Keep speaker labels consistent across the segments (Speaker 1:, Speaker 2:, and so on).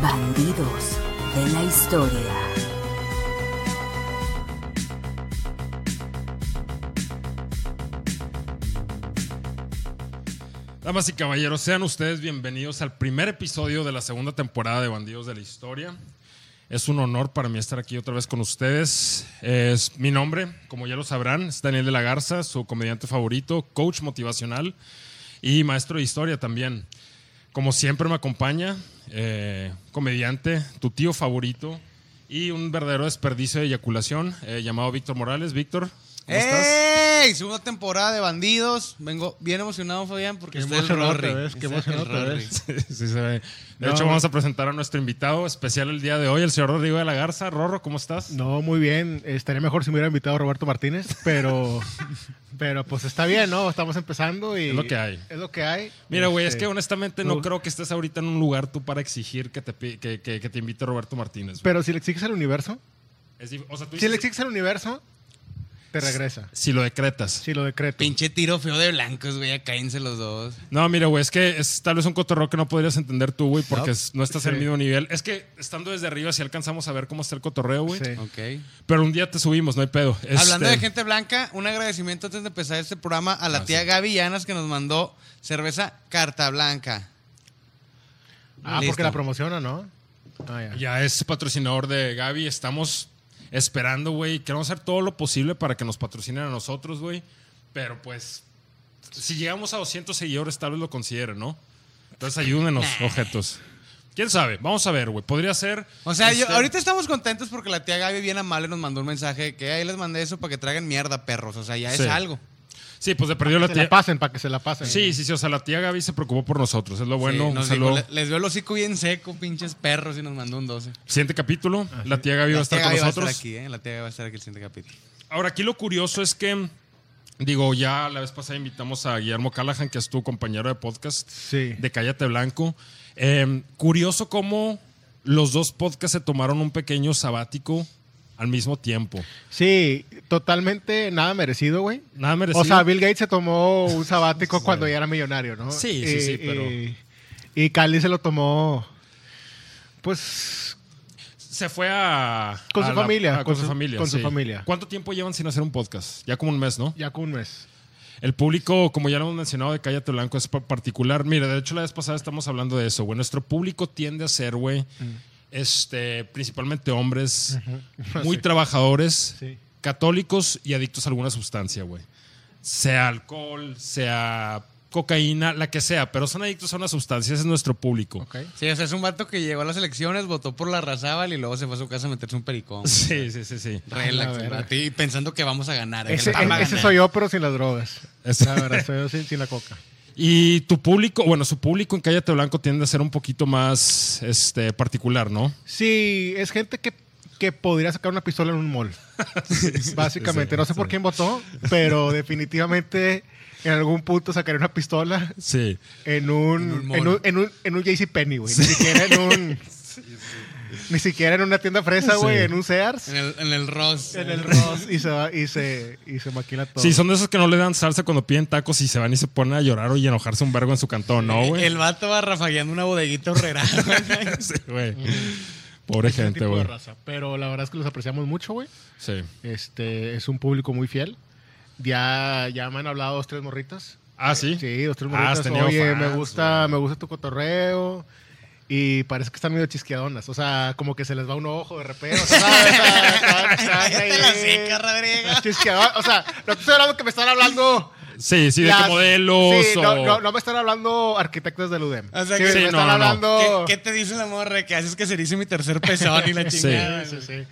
Speaker 1: Bandidos de la historia.
Speaker 2: Damas y caballeros, sean ustedes bienvenidos al primer episodio de la segunda temporada de Bandidos de la Historia. Es un honor para mí estar aquí otra vez con ustedes. Es mi nombre, como ya lo sabrán, es Daniel de la Garza, su comediante favorito, coach motivacional y maestro de historia también. Como siempre me acompaña, eh, comediante, tu tío favorito y un verdadero desperdicio de eyaculación eh, llamado Víctor Morales. Víctor, ¿cómo estás?
Speaker 3: ¡Ey! Segunda temporada de Bandidos. Vengo bien emocionado, Fabián, porque
Speaker 4: Qué
Speaker 3: está el
Speaker 4: emocionado te
Speaker 3: Rory.
Speaker 4: ves, qué
Speaker 3: Está
Speaker 4: emocionado
Speaker 3: el
Speaker 4: te
Speaker 3: Rory.
Speaker 4: ves.
Speaker 2: Sí, se ve. De
Speaker 4: No.
Speaker 2: hecho, vamos a presentar a nuestro invitado especial el día de hoy, el señor Rodrigo de la Garza. Rorro, ¿cómo estás?
Speaker 4: No, muy bien. Estaría mejor si me hubiera invitado a Roberto Martínez, pero, pero pues está bien, ¿no? Estamos empezando y...
Speaker 2: Es lo que hay.
Speaker 4: Es lo que hay.
Speaker 2: Mira, güey, es
Speaker 4: Este,
Speaker 2: que honestamente no
Speaker 4: no.
Speaker 2: creo que estés ahorita en un lugar tú para exigir que te, pi- que, que- que te invite Roberto Martínez. güey.
Speaker 4: Pero si le exiges al universo,
Speaker 2: Es dif- o sea, tú
Speaker 4: si le
Speaker 2: dices-
Speaker 4: exiges al universo, te regresa.
Speaker 2: si lo decretas.
Speaker 4: Si lo decreto.
Speaker 3: Pinche tiro feo de blancos, güey. Ya cáense los dos.
Speaker 2: No, mira, güey, es que es tal vez un cotorreo que no podrías entender tú, güey, porque
Speaker 4: No.
Speaker 2: es- no estás en el
Speaker 4: Sí.
Speaker 2: mismo nivel. Es que estando desde arriba sí alcanzamos a ver cómo está el cotorreo, güey.
Speaker 4: Sí.
Speaker 3: Ok.
Speaker 2: Pero un día te subimos, no hay pedo.
Speaker 3: Hablando
Speaker 2: Este,
Speaker 3: de gente blanca, un agradecimiento antes de empezar este programa a la
Speaker 2: Ah,
Speaker 3: tía
Speaker 2: sí.
Speaker 3: Gaby Llanas que nos mandó cerveza Carta Blanca.
Speaker 4: Ah,
Speaker 3: Listo.
Speaker 4: porque la promociona, ¿no? Ah, ya.
Speaker 2: Ya es patrocinador de Gaby. Estamos esperando, güey. Queremos hacer todo lo posible para que nos patrocinen a nosotros, güey. Pero pues, si llegamos a 200 seguidores, tal vez lo consideren, ¿no? Entonces ayúdenos, objetos. ¿Quién sabe? Vamos a ver, güey. Podría ser.
Speaker 3: O sea, yo-
Speaker 2: este,
Speaker 3: ahorita estamos contentos porque la tía Gaby bien amable nos mandó un mensaje de que ahí les mandé eso para que traigan mierda, perros. O sea, ya
Speaker 2: Sí.
Speaker 3: es algo.
Speaker 2: Sí, pues se perdió la
Speaker 4: Se la
Speaker 2: tía.
Speaker 4: pasen, para que se la pasen.
Speaker 2: Sí, sí, sí. O sea, la tía Gaby se preocupó por nosotros. Es lo bueno.
Speaker 3: Sí,
Speaker 2: un
Speaker 3: nos dijo,
Speaker 2: saludo.
Speaker 3: "Le- les veo el hocico bien seco, pinches perros, y nos mandó un 12.
Speaker 2: Siguiente capítulo. La tía Gaby va a
Speaker 3: La
Speaker 2: estar
Speaker 3: tía
Speaker 2: con
Speaker 3: Gaby va a estar
Speaker 2: nosotros.
Speaker 3: aquí, ¿eh? La tía Gaby va a estar aquí el siguiente capítulo.
Speaker 2: Ahora, aquí lo curioso es que, digo, ya la vez pasada invitamos a Guillermo Callahan, que es tu compañero de podcast
Speaker 4: Sí.
Speaker 2: de Cállate Blanco. Eh, curioso cómo los dos podcasts se tomaron un pequeño sabático al mismo tiempo.
Speaker 4: Sí, totalmente nada merecido, güey.
Speaker 2: Nada merecido.
Speaker 4: O sea, Bill Gates se tomó un sabático cuando ya era millonario, ¿no?
Speaker 2: Sí, sí,
Speaker 4: Y-
Speaker 2: sí, pero-
Speaker 4: Y, y Cali se lo tomó, pues,
Speaker 2: se fue a...
Speaker 4: Con
Speaker 2: a
Speaker 4: su familia,
Speaker 2: a- con,
Speaker 4: con
Speaker 2: su,
Speaker 4: su-
Speaker 2: familia.
Speaker 4: con su
Speaker 2: sí.
Speaker 4: familia.
Speaker 2: ¿Cuánto tiempo llevan sin hacer un podcast? Ya como un mes, ¿no?
Speaker 4: ya con un mes.
Speaker 2: El público, como ya lo hemos mencionado, de Cállate Blanco es pa- particular. Mira, de hecho, la vez pasada estamos hablando de eso, güey. Nuestro público tiende a ser, güey,
Speaker 4: Mm.
Speaker 2: este, principalmente hombres, muy
Speaker 4: Sí.
Speaker 2: trabajadores,
Speaker 4: Sí.
Speaker 2: católicos y adictos a alguna sustancia, güey. Sea alcohol, sea cocaína, la que sea, pero son adictos a una sustancia. Ese es nuestro público.
Speaker 4: Ok.
Speaker 3: Sí, o sea, es un vato que llegó a las elecciones, votó por la Razábal y luego se fue a su casa a meterse un pericón.
Speaker 2: Sí, sí, sí, sí.
Speaker 3: Relax,
Speaker 4: A la
Speaker 3: el
Speaker 4: verga.
Speaker 3: vato, y pensando que vamos a ganar. ¿eh?
Speaker 4: Ese,
Speaker 3: Vamos a
Speaker 4: e- ese
Speaker 3: ganar.
Speaker 4: soy yo, pero sin las drogas.
Speaker 2: Ese-
Speaker 4: La verdad, soy yo sin, sin la coca.
Speaker 2: Este, Y tu público, bueno, su público en Cállate Blanco tiende a ser un poquito más este, particular, ¿no?
Speaker 4: Sí, es gente que, que podría sacar una pistola en un mall. Básicamente.
Speaker 2: sí,
Speaker 4: no sé por quién votó, pero definitivamente en algún punto sacaría una pistola
Speaker 2: Sí.
Speaker 4: en un,
Speaker 3: En un mall.
Speaker 4: en un, en un, en un JCPenney, güey. Ni siquiera en un... Ni siquiera en una tienda fresa, güey,
Speaker 2: Sí.
Speaker 4: en un Sears.
Speaker 3: En el, en el Ross.
Speaker 4: En el Ross y se, va- y se, y se maquila todo.
Speaker 2: Sí, son de esos que no le dan salsa cuando piden tacos y se van y se ponen a llorar o y enojarse un vergo en su cantón, ¿no, güey?
Speaker 3: El vato va rafagueando una bodeguita horrera.
Speaker 2: Sí, güey. Pobre
Speaker 4: Ese
Speaker 2: gente,
Speaker 4: tipo de
Speaker 2: güey.
Speaker 4: raza. Pero la verdad es que los apreciamos mucho, güey.
Speaker 2: Sí.
Speaker 4: Este, es un público muy fiel. Ya, ya me han hablado dos, tres morritas.
Speaker 2: Ah, sí.
Speaker 4: Sí, dos, tres
Speaker 2: Ah, has
Speaker 4: morritas.
Speaker 2: tenido
Speaker 4: Oye,
Speaker 2: fans,
Speaker 4: me gusta,
Speaker 2: güey.
Speaker 4: me gusta tu cotorreo. Y parece que están medio chisqueadonas. O sea, como que se les va un ojo de repente. O sea, ¿sabes? Están- están
Speaker 3: Cállate la
Speaker 4: ahí.
Speaker 3: seca, Rodrigo.
Speaker 4: Chisqueadonas. O sea, no te estoy hablando que me están hablando.
Speaker 2: Sí, sí, de
Speaker 4: las-
Speaker 2: qué modelos
Speaker 4: Sí,
Speaker 2: o.
Speaker 4: no, no, no me están hablando arquitectos del UDEM.
Speaker 3: O sea
Speaker 4: Sí,
Speaker 3: que-
Speaker 4: me
Speaker 3: Sí,
Speaker 4: están
Speaker 2: no, no, no.
Speaker 4: hablando.
Speaker 3: ¿Qué, qué te dice la morra? Que haces que se dice mi tercer pezón y la
Speaker 2: Sí.
Speaker 3: chingada.
Speaker 4: Sí, sí, sí.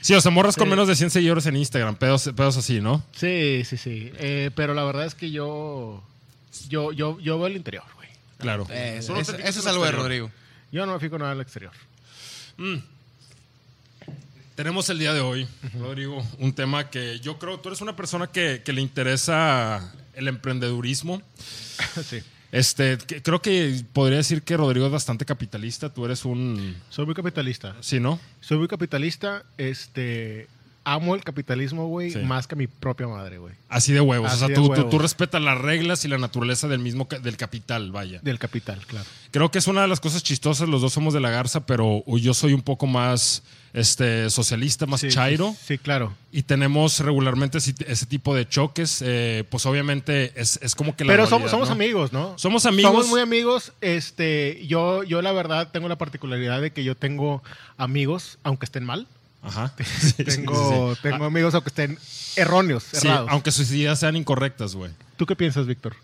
Speaker 2: Sí, o sea, morras con
Speaker 4: Sí.
Speaker 2: menos de 100 seguidores en Instagram, pedos, pedos así, ¿no?
Speaker 4: Sí, sí, sí. Eh, pero la verdad es que yo, yo, yo, yo veo el interior, güey.
Speaker 2: Claro.
Speaker 3: Eh,
Speaker 2: Tú
Speaker 3: Eso,
Speaker 2: no te
Speaker 3: eso
Speaker 2: fijas
Speaker 3: es
Speaker 2: en
Speaker 3: algo de
Speaker 2: exterior.
Speaker 3: Rodrigo.
Speaker 4: Yo no me fijo nada en el exterior.
Speaker 2: Tenemos el día de hoy, Rodrigo, un tema que yo creo, tú eres una persona que, que le interesa el emprendedurismo.
Speaker 4: sí.
Speaker 2: Este, que- creo que podría decir que Rodrigo es bastante capitalista, tú eres un...
Speaker 4: Soy muy capitalista.
Speaker 2: Sí, ¿no?
Speaker 4: Soy muy capitalista. Este, amo el capitalismo, güey,
Speaker 2: Sí.
Speaker 4: más que mi propia madre, güey.
Speaker 2: Así de huevos.
Speaker 4: Así
Speaker 2: o sea,
Speaker 4: de
Speaker 2: tú, tú-
Speaker 4: huevos.
Speaker 2: tú respetas las reglas y la naturaleza del mismo ca- del capital, vaya.
Speaker 4: Del capital, claro.
Speaker 2: Creo que es una de las cosas chistosas. Los dos somos de la garza, pero yo soy un poco más este, socialista, más
Speaker 4: Sí,
Speaker 2: chairo.
Speaker 4: Sí, sí, claro.
Speaker 2: Y tenemos regularmente ese ese tipo de choques. eh, pues obviamente es, es como que la
Speaker 4: Pero
Speaker 2: dualidad,
Speaker 4: somos, somos
Speaker 2: ¿no?
Speaker 4: amigos, ¿no?
Speaker 2: Somos amigos.
Speaker 4: Somos muy amigos. Este, yo, yo la verdad tengo la particularidad de que yo tengo amigos, aunque estén mal.
Speaker 2: Ajá. Sí, sí,
Speaker 4: Tengo,
Speaker 2: sí, sí.
Speaker 4: tengo amigos aunque estén erróneos,
Speaker 2: Sí,
Speaker 4: errados.
Speaker 2: aunque sus ideas sean incorrectas, güey.
Speaker 4: ¿Tú qué piensas, Víctor?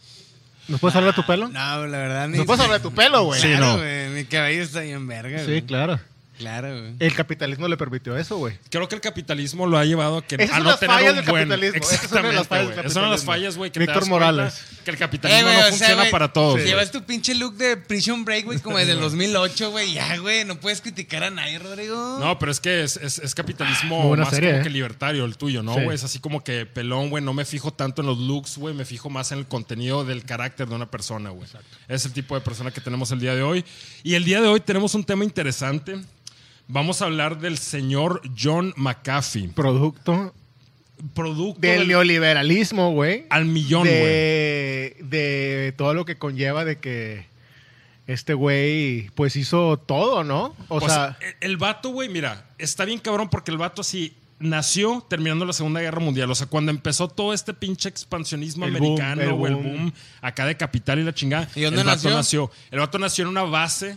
Speaker 4: ¿Nos puedes hablar de tu pelo?
Speaker 3: No, la verdad.
Speaker 4: ¿Nos puedes hablar de tu pelo, güey?
Speaker 2: Sí,
Speaker 3: Claro,
Speaker 2: no.
Speaker 3: güey, Mi cabello está bien verga,
Speaker 4: Sí,
Speaker 3: güey.
Speaker 4: claro.
Speaker 3: Claro, güey.
Speaker 4: El capitalismo le permitió eso, güey.
Speaker 2: Creo que el capitalismo lo ha llevado a que
Speaker 4: Esas
Speaker 2: a
Speaker 4: son
Speaker 2: no
Speaker 4: las
Speaker 2: tener
Speaker 4: fallas
Speaker 2: un
Speaker 4: del
Speaker 2: buen
Speaker 4: capitalismo. Esas son
Speaker 2: Exactamente,
Speaker 4: las fallas del
Speaker 2: güey. Es una de las
Speaker 4: capitalismo.
Speaker 2: fallas, güey, que te
Speaker 4: Víctor
Speaker 2: das cuenta
Speaker 4: Morales.
Speaker 2: que el
Speaker 3: Eh,
Speaker 2: capitalismo
Speaker 3: güey,
Speaker 2: no
Speaker 3: o sea,
Speaker 2: funciona
Speaker 3: güey,
Speaker 2: para todos. güey.
Speaker 3: Llevas tu pinche look de Prison Break, güey, como el del 2008, güey. Ya, güey, no puedes criticar a nadie, Rodrigo.
Speaker 2: No, pero es que es, es- es
Speaker 4: Muy
Speaker 2: capitalismo
Speaker 4: buena
Speaker 2: más
Speaker 4: serie,
Speaker 2: como
Speaker 4: ¿eh?
Speaker 2: que libertario el tuyo, ¿no,
Speaker 4: Sí.
Speaker 2: güey? Es así como que pelón, güey, no me fijo tanto en los looks, güey, me fijo más en el contenido del carácter de una persona, güey. Es el tipo de persona que tenemos el día de hoy. Y el día de hoy tenemos un tema interesante. Vamos a hablar del señor John McAfee,
Speaker 4: Producto
Speaker 2: producto
Speaker 4: del,
Speaker 2: del-
Speaker 4: neoliberalismo, güey.
Speaker 2: al millón, güey.
Speaker 4: de, de todo lo que conlleva de que este güey, pues hizo todo, ¿no? O
Speaker 2: Pues,
Speaker 4: sea,
Speaker 2: el- el vato, güey, mira, está bien cabrón porque el vato así nació terminando la Segunda Guerra Mundial. O sea, cuando empezó todo este pinche expansionismo
Speaker 4: El boom, el
Speaker 2: americano, güey, el, boom.
Speaker 4: boom.
Speaker 2: acá de capital y la chingada.
Speaker 3: ¿Y dónde
Speaker 2: el vato
Speaker 3: nació?
Speaker 2: El vato nació en una base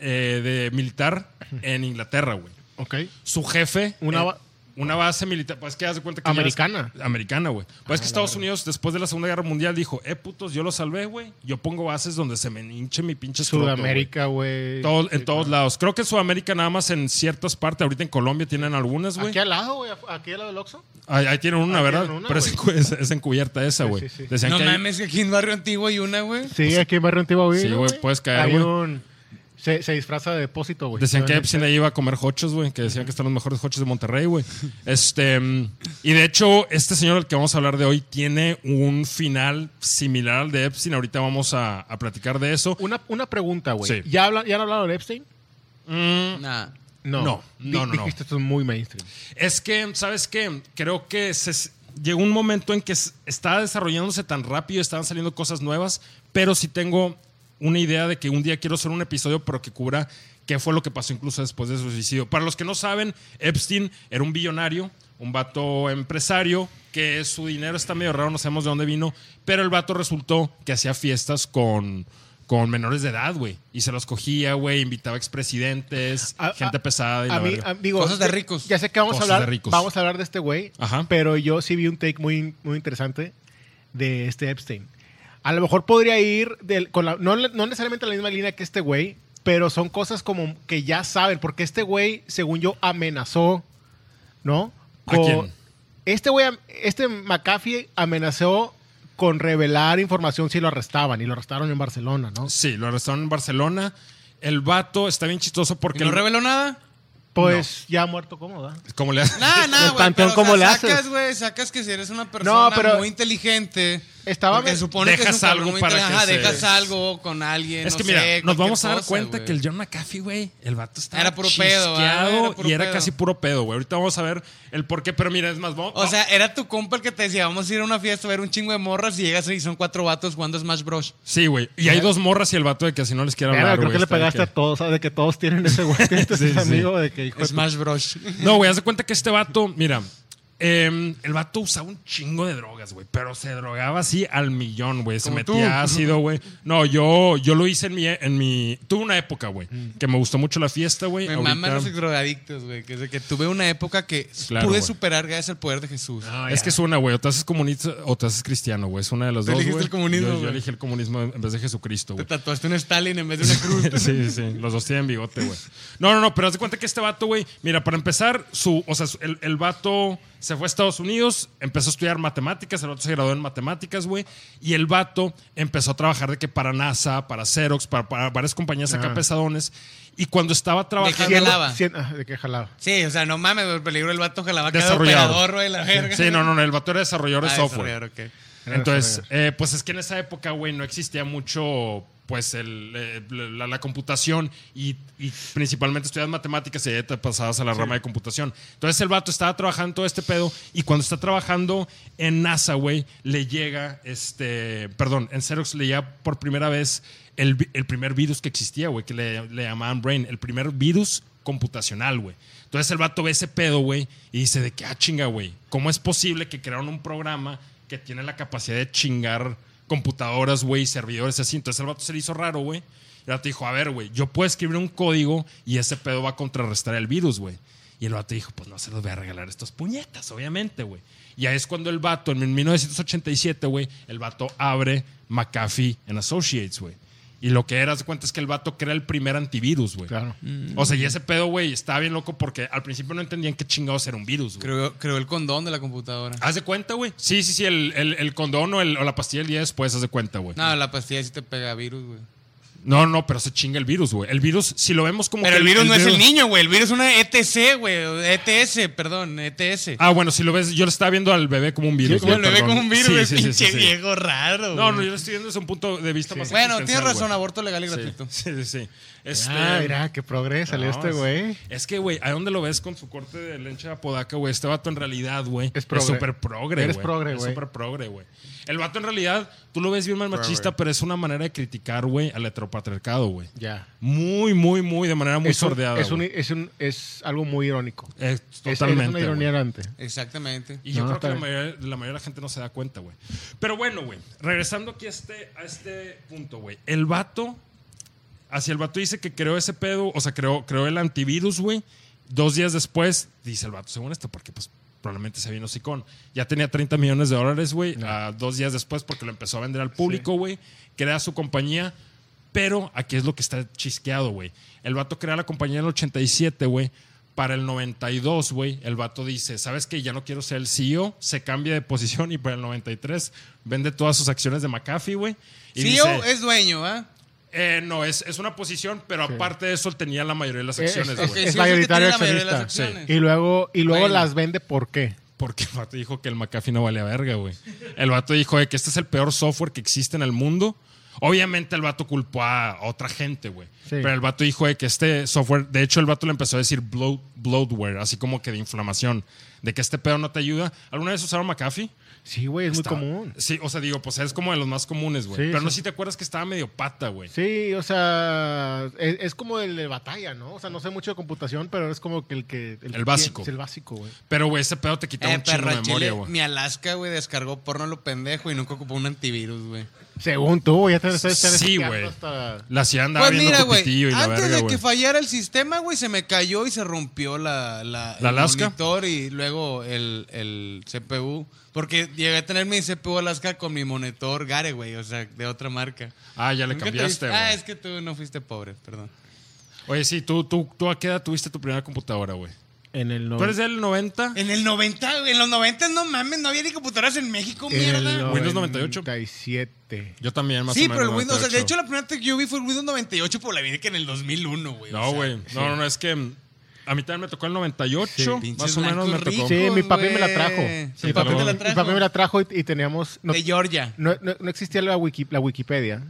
Speaker 2: eh, de militar en Inglaterra, güey.
Speaker 4: ok.
Speaker 2: Su jefe.
Speaker 4: Una
Speaker 2: eh,
Speaker 4: ba-
Speaker 2: una base militar, pues que haz de cuenta que. ya eres-
Speaker 4: Americana. Ah,
Speaker 2: americana, güey. Pues es que Estados Unidos, después de la Segunda Guerra Mundial, dijo: Eh, putos, yo lo salvé, güey. Yo pongo bases donde se me hinche mi pinche escroto, güey".
Speaker 4: Sudamérica, güey.
Speaker 2: Todo- en todos lados. Creo que en Sudamérica nada más en ciertas partes. Ahorita en Colombia tienen algunas, güey.
Speaker 4: Aquí al lado, güey, aquí al lado del Oxxo.
Speaker 2: Ahí, ahí tienen una,
Speaker 4: Aquí
Speaker 2: ¿verdad?
Speaker 4: tienen una,
Speaker 2: Pero es,
Speaker 4: güey.
Speaker 2: encu- es- es encubierta esa,
Speaker 4: Sí,
Speaker 2: güey.
Speaker 4: sí, sí.
Speaker 2: Decían
Speaker 3: No
Speaker 2: que hay-
Speaker 3: mames, que aquí en Barrio Antiguo hay una, güey.
Speaker 4: Sí, aquí en Barrio Antiguo,
Speaker 2: Pues, Sí, güey, puedes caer,
Speaker 4: Hay
Speaker 2: güey.
Speaker 4: un... Se, se disfraza de depósito, güey.
Speaker 2: Decían que
Speaker 4: Entonces,
Speaker 2: Epstein ahí pues, iba a comer hochos, güey, que decían que están los mejores hochos de Monterrey, güey. Este, mm, y de hecho, este señor al que vamos a hablar de hoy tiene un final similar al de Epstein. Ahorita vamos a, a platicar de eso.
Speaker 4: Una, una pregunta, güey.
Speaker 2: Sí.
Speaker 4: ¿Ya, habla- ¿Ya han hablado de Epstein?
Speaker 2: Mm,
Speaker 3: Nah.
Speaker 4: No.
Speaker 2: No,
Speaker 4: Di-
Speaker 2: no, no, no.
Speaker 4: Dijiste esto es muy mainstream.
Speaker 2: Es que, ¿sabes qué? Creo que se- llegó un momento en que s- estaba desarrollándose tan rápido, estaban saliendo cosas nuevas, pero sí tengo una idea de que un día quiero hacer un episodio, pero que cubra qué fue lo que pasó incluso después de su suicidio. Para los que no saben, Epstein era un billonario, un vato empresario, que su dinero está medio raro, no sabemos de dónde vino, pero el vato resultó que hacía fiestas con... Con menores de edad, güey. Y se los cogía, güey. Invitaba expresidentes,
Speaker 4: A-
Speaker 2: gente
Speaker 4: a-
Speaker 2: pesada. Y
Speaker 4: a
Speaker 2: la
Speaker 4: mí,
Speaker 2: verga.
Speaker 4: a- digo,
Speaker 3: Cosas de
Speaker 4: ya-
Speaker 3: ricos.
Speaker 4: Ya sé que vamos a
Speaker 2: Cosas
Speaker 4: hablar
Speaker 2: de ricos.
Speaker 4: vamos a hablar de este güey,
Speaker 2: Ajá.
Speaker 4: pero yo sí vi un take muy, muy interesante de este Epstein. A lo mejor podría ir del, con la- no, no necesariamente la misma línea que este güey, pero son cosas como que ya saben, porque este güey, según yo, amenazó, ¿no?
Speaker 2: ¿A quién?
Speaker 4: Este güey, am- este McAfee amenazó con revelar información si lo arrestaban, y lo arrestaron en Barcelona, ¿no?
Speaker 2: Sí, lo arrestaron en Barcelona. El vato está bien chistoso
Speaker 3: ¿Y
Speaker 2: porque.
Speaker 3: no reveló nada?
Speaker 4: Pues ya muerto cómoda.
Speaker 2: ¿Cómo le
Speaker 3: Nah, nah,
Speaker 4: El
Speaker 3: güey.
Speaker 4: panteón,
Speaker 3: pero,
Speaker 4: ¿cómo le
Speaker 3: Sacas,
Speaker 4: haces?
Speaker 3: güey, sacas que si eres una persona
Speaker 4: pero-
Speaker 3: muy inteligente.
Speaker 4: Estaba-
Speaker 3: porque se supone que
Speaker 2: Dejas
Speaker 3: es un cabrón
Speaker 2: algo
Speaker 3: muy
Speaker 2: para que
Speaker 3: inteligente. Ajá,
Speaker 2: se-
Speaker 3: dejas algo con alguien.
Speaker 2: Es
Speaker 3: no
Speaker 2: que
Speaker 3: sé,
Speaker 2: mira, nos
Speaker 3: cualquier
Speaker 2: vamos a dar
Speaker 3: cosa,
Speaker 2: cuenta
Speaker 3: güey.
Speaker 2: que el John McAfee, güey, el vato estaba
Speaker 3: Era puro pedo,
Speaker 2: chisqueado
Speaker 3: ¿verdad? Era puro
Speaker 2: y era
Speaker 3: pedo.
Speaker 2: casi puro pedo, güey. Ahorita vamos a ver el por qué, pero mira, es más, vamos.
Speaker 3: O sea, era tu compa el que te decía, vamos a ir a una fiesta a ver un chingo de morras y llegas y son cuatro vatos jugando Smash Bros.
Speaker 2: sí, güey. Y hay dos morras y el vato de que así no les quiero
Speaker 4: Claro,
Speaker 2: hablar,
Speaker 4: creo
Speaker 2: güey.
Speaker 4: que le
Speaker 2: Está de
Speaker 4: pegaste a todos, ¿sabes? De que todos tienen ese güey, tienes ese
Speaker 2: Sí, sí.
Speaker 4: amigo de que hijo de tu-
Speaker 3: Smash Bros.
Speaker 2: No, güey, haz de cuenta que este vato, mira, eh, el vato usaba un chingo de drogas, güey, pero se drogaba así al millón, güey. Se
Speaker 3: Como
Speaker 2: metía
Speaker 3: tú.
Speaker 2: ácido, güey. No, yo, yo lo hice en mi, en mi. Tuve una época, güey, que me gustó mucho la fiesta, güey.
Speaker 3: Mm. Me
Speaker 2: Ahorita-
Speaker 3: maman los drogadictos, güey. Que, es de que tuve una época que
Speaker 2: Claro,
Speaker 3: pude
Speaker 2: güey.
Speaker 3: superar gracias al poder de Jesús.
Speaker 2: Ah, es que es una, güey. O te haces comunista o te haces cristiano, güey. Es una de las
Speaker 3: Tú
Speaker 2: dos.
Speaker 3: elegiste
Speaker 2: güey.
Speaker 3: el comunismo,
Speaker 2: Yo- Yo,
Speaker 3: güey.
Speaker 2: elegí el comunismo en vez de Jesucristo,
Speaker 3: Te
Speaker 2: güey.
Speaker 3: tatuaste un Stalin en vez de una cruz.
Speaker 2: Sí, sí, los dos tienen bigote, güey. No, no, no, pero haz de cuenta que este vato, güey, mira, para empezar, su, o sea, su- el, el vato se fue a Estados Unidos, empezó a estudiar matemáticas, el vato se graduó en matemáticas, güey, y el vato empezó a trabajar de que para NASA, para Xerox, para, para varias compañías acá
Speaker 3: Ah.
Speaker 4: Ajá.
Speaker 2: pesadones, y cuando estaba trabajando...
Speaker 3: Cien- jalaba.
Speaker 4: cien- ah, de que jalaba.
Speaker 3: Sí, o sea, no mames, güey. El peligro el vato jalaba cada
Speaker 2: Desarrollador.
Speaker 3: operador, güey, la verga.
Speaker 2: Sí, no, no, no, el vato era desarrollador de
Speaker 3: Ah,
Speaker 2: software.
Speaker 3: desarrollador, ok.
Speaker 2: Entonces, eh, pues es que en esa época, güey, no existía mucho pues el, eh, la, la computación y, y principalmente estudias matemáticas y ya te pasabas a la rama de computación. Entonces el vato estaba trabajando todo este pedo y cuando está trabajando en NASA, güey, le llega, este, perdón, en Xerox le llega por primera vez el, vi- el primer virus que existía, güey, que le, le llamaban Brain, el primer virus computacional, güey. Entonces el vato ve ese pedo, güey, y dice de que, ah, chinga, güey, ¿cómo es posible que crearon un programa que tiene la capacidad de chingar computadoras, güey, servidores, así? Entonces el vato se le hizo raro, güey. Y el vato dijo, a ver, güey, yo puedo escribir un código y ese pedo va a contrarrestar el virus, güey. Y el vato dijo, pues no se los voy a regalar a estos puñetas, obviamente, güey. Y ahí es cuando el vato, en 1987, güey, el vato abre McAfee and Associates, güey. Y lo que era, haz de cuenta, es que el vato crea el primer antivirus, güey.
Speaker 4: Claro.
Speaker 2: O sea, y ese pedo, güey, estaba bien loco porque al principio no entendían qué chingados era un virus, güey.
Speaker 3: Creo, creo el condón de la computadora.
Speaker 2: Haz de cuenta, güey. Sí, sí, sí, el, el, el condón o, el- o la pastilla el día después, haz de cuenta, güey.
Speaker 3: No, la pastilla sí te pega virus, güey.
Speaker 2: No, no, pero se chinga el virus, güey. El virus, si lo vemos como.
Speaker 3: Pero
Speaker 2: que
Speaker 3: el virus no es el niño, güey. El virus es una ETC, güey. o ETS, perdón, E ETS.
Speaker 2: Ah, bueno, si lo ves, yo lo estaba viendo al bebé como un virus.
Speaker 3: Como
Speaker 2: güey,
Speaker 3: el bebé
Speaker 2: perdón.
Speaker 3: como un virus, güey.
Speaker 2: Sí, sí, sí,
Speaker 3: pinche
Speaker 2: sí, sí.
Speaker 3: viejo raro,
Speaker 2: No, no,
Speaker 3: güey.
Speaker 2: yo lo estoy viendo desde un punto de vista más
Speaker 3: Bueno,
Speaker 2: existencial,
Speaker 3: tienes razón,
Speaker 2: güey.
Speaker 3: aborto legal y
Speaker 2: Sí.
Speaker 3: gratuito.
Speaker 2: Sí, sí, sí. Este,
Speaker 4: Ah, mira, qué progreso salió
Speaker 2: no,
Speaker 4: este
Speaker 2: es-
Speaker 4: güey.
Speaker 2: Es que, güey, ¿a dónde lo ves con su corte de lencha apodaca, güey? Este vato en realidad, güey.
Speaker 4: Es
Speaker 2: Es
Speaker 4: progre.
Speaker 2: súper progre,
Speaker 4: Eres
Speaker 2: güey.
Speaker 4: progre,
Speaker 2: Es
Speaker 4: güey.
Speaker 2: súper progre, güey. El vato en realidad, tú lo ves bien mal machista, pero es una manera de criticar, güey, al heteropatriarcado, güey.
Speaker 4: Ya.
Speaker 2: Muy, muy, muy, de manera muy
Speaker 4: es un-
Speaker 2: sordeada.
Speaker 4: es, un-
Speaker 2: güey.
Speaker 4: es, un- es algo muy irónico.
Speaker 2: Es
Speaker 4: Es-
Speaker 2: totalmente.
Speaker 4: Es una
Speaker 2: güey.
Speaker 4: ironía errante.
Speaker 3: Exactamente.
Speaker 2: Y yo
Speaker 4: No,
Speaker 2: creo
Speaker 4: está
Speaker 2: que la
Speaker 4: bien.
Speaker 2: mayoría, la mayoría de la gente no se da cuenta, güey. Pero bueno, güey, regresando aquí a este, a este punto, güey. El vato, hacia el vato dice que creó ese pedo, o sea, creó, creó el antivirus, güey. Dos días después, dice el vato, según esto, porque pues probablemente se vino sicón. Ya tenía 30 millones de dólares, güey, a dos días después porque lo empezó a vender al público, güey. Crea su compañía, pero aquí es lo que está chisqueado, güey. El vato crea la compañía en el 87, güey. Para el 92, güey, el vato dice, ¿sabes qué? Ya no quiero ser el CEO. Se cambia de posición y para el 93 vende todas sus acciones de McAfee, güey. y
Speaker 3: Sí, yo
Speaker 2: dice,
Speaker 3: E es dueño, ¿ah?
Speaker 2: eh, no, es, es una posición, pero aparte de eso él tenía la mayoría de las
Speaker 4: Es-
Speaker 2: acciones, güey.
Speaker 4: es- es
Speaker 3: Sí, yo sé que
Speaker 4: mayoritario
Speaker 3: tiene la mayoría de las
Speaker 4: accionista.
Speaker 3: acciones.
Speaker 4: Y luego, y luego
Speaker 3: Bueno.
Speaker 4: las vende por qué.
Speaker 2: Porque el vato dijo que el McAfee no valía verga, güey. El vato dijo de que este es el peor software que existe en el mundo. Obviamente el vato culpó a otra gente, güey.
Speaker 4: Sí.
Speaker 2: Pero el vato dijo de que este software, de hecho el vato le empezó a decir bloat- bloatware, así como que de inflamación, de que este pedo no te ayuda. ¿Alguna vez usaron McAfee?
Speaker 4: Sí, güey, es
Speaker 2: Está-
Speaker 4: muy común.
Speaker 2: Sí, o sea, digo, pues es como de los más comunes, güey.
Speaker 4: Sí,
Speaker 2: Pero no sé
Speaker 4: sí.
Speaker 2: si te acuerdas que estaba medio pata, güey.
Speaker 4: Sí, o sea, es, es como el de batalla, ¿no? O sea, no sé mucho de computación, pero es como que el que... que
Speaker 2: El básico.
Speaker 4: Es el básico, güey.
Speaker 2: Pero, güey, ese pedo te quitaba
Speaker 3: Eh,
Speaker 2: un chingo
Speaker 3: perro,
Speaker 2: de
Speaker 3: al
Speaker 2: memoria,
Speaker 3: chile,
Speaker 2: güey.
Speaker 3: mi Alaska, güey, descargó porno a lo pendejo y nunca ocupó un antivirus, güey.
Speaker 4: Según tú, ya te estás estás
Speaker 2: Sí,
Speaker 4: espiando
Speaker 2: güey.
Speaker 4: hasta-
Speaker 2: La CIA andaba
Speaker 3: Pues mira,
Speaker 2: viendo
Speaker 3: güey,
Speaker 2: copitillo y la
Speaker 3: antes
Speaker 2: verga,
Speaker 3: de
Speaker 2: güey.
Speaker 3: que fallara el sistema, güey, se me cayó y se rompió la, la,
Speaker 2: ¿La
Speaker 3: el
Speaker 2: Alaska?
Speaker 3: monitor y luego el, el CPU. Porque llegué a tener mi CPU Alaska con mi monitor Gare, güey, o sea, de otra marca.
Speaker 2: Ah, ya le
Speaker 3: Nunca te
Speaker 2: cambiaste,
Speaker 3: diste-
Speaker 2: güey.
Speaker 3: Ah, es que tú no fuiste pobre, perdón.
Speaker 2: Oye, sí, tú, tú, tú a qué edad tuviste tu primera computadora, güey.
Speaker 4: En el
Speaker 2: ¿Tú eres del 90?
Speaker 3: En el 90, güey, en los 90 no mames, no había ni computadoras en México, mierda.
Speaker 2: Windows 98.
Speaker 4: 97.
Speaker 2: Yo también, más
Speaker 3: Sí,
Speaker 2: o menos.
Speaker 3: pero el Windows, o sea, de
Speaker 2: 98.
Speaker 3: hecho la primera tech que yo vi fue el Windows 98, por la vida que en el 2001, güey. o
Speaker 2: No,
Speaker 3: sea,
Speaker 2: güey. No, no, no, es que mm, a mí también me tocó el 98. más
Speaker 3: Pinches
Speaker 2: o menos me
Speaker 3: blancos
Speaker 2: tocó.
Speaker 3: ricos,
Speaker 4: Sí, mi papi
Speaker 3: güey.
Speaker 4: me la trajo.
Speaker 2: Sí,
Speaker 3: mi
Speaker 2: papá
Speaker 3: papi
Speaker 2: me
Speaker 3: te
Speaker 2: la
Speaker 3: la trajo.
Speaker 4: Mi papá me la trajo y, y teníamos... No,
Speaker 3: De Georgia.
Speaker 4: no, no- no existía la, wiki- la Wikipedia.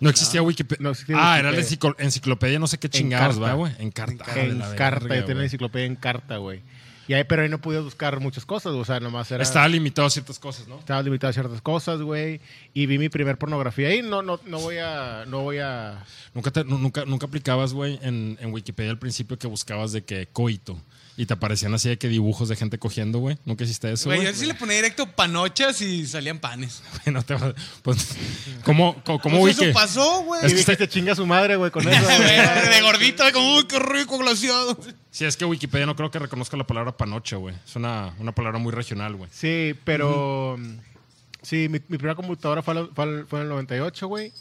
Speaker 2: No existía Wikipedia.
Speaker 4: No existía
Speaker 2: ah,
Speaker 4: Wikipedia.
Speaker 2: era la enciclo- enciclopedia, no sé qué chingados,
Speaker 4: carta.
Speaker 2: ¿verdad, güey? En carta. Ah, de
Speaker 4: en
Speaker 2: la verga,
Speaker 4: carta, yo tenía la
Speaker 2: güey.
Speaker 4: enciclopedia en carta, güey. Y ahí, pero ahí no podías buscar muchas cosas, o sea, nomás era...
Speaker 2: Estaba limitado a ciertas cosas, ¿no?
Speaker 4: Estaba limitado a ciertas cosas, güey. Y vi mi primer pornografía ahí. No, no, no voy a... No voy a...
Speaker 2: Nunca, te- nu- nunca, nunca aplicabas, güey, en, en Wikipedia al principio que buscabas de que coito. Y te aparecían así de que dibujos de gente cogiendo, güey. Nunca hiciste eso,
Speaker 3: Güey,
Speaker 2: güey.
Speaker 3: yo sí le ponía directo panochas y salían panes.
Speaker 2: No te vas- pues, ¿Cómo, cómo, cómo
Speaker 3: Pues eso
Speaker 2: Wiki-
Speaker 3: pasó, güey.
Speaker 4: Y
Speaker 2: Es que
Speaker 4: dije,
Speaker 2: está-
Speaker 4: te chinga su madre, güey, con eso. güey".
Speaker 3: De gordito, como, uy, qué rico, glaciado.
Speaker 4: Ah,
Speaker 2: Sí, es que Wikipedia no creo que reconozca la palabra panocha, güey. Es una, una palabra muy regional, güey.
Speaker 4: Sí, pero... Sí, mi, mi primera computadora fue, a la- fue, al- fue en el 98, güey.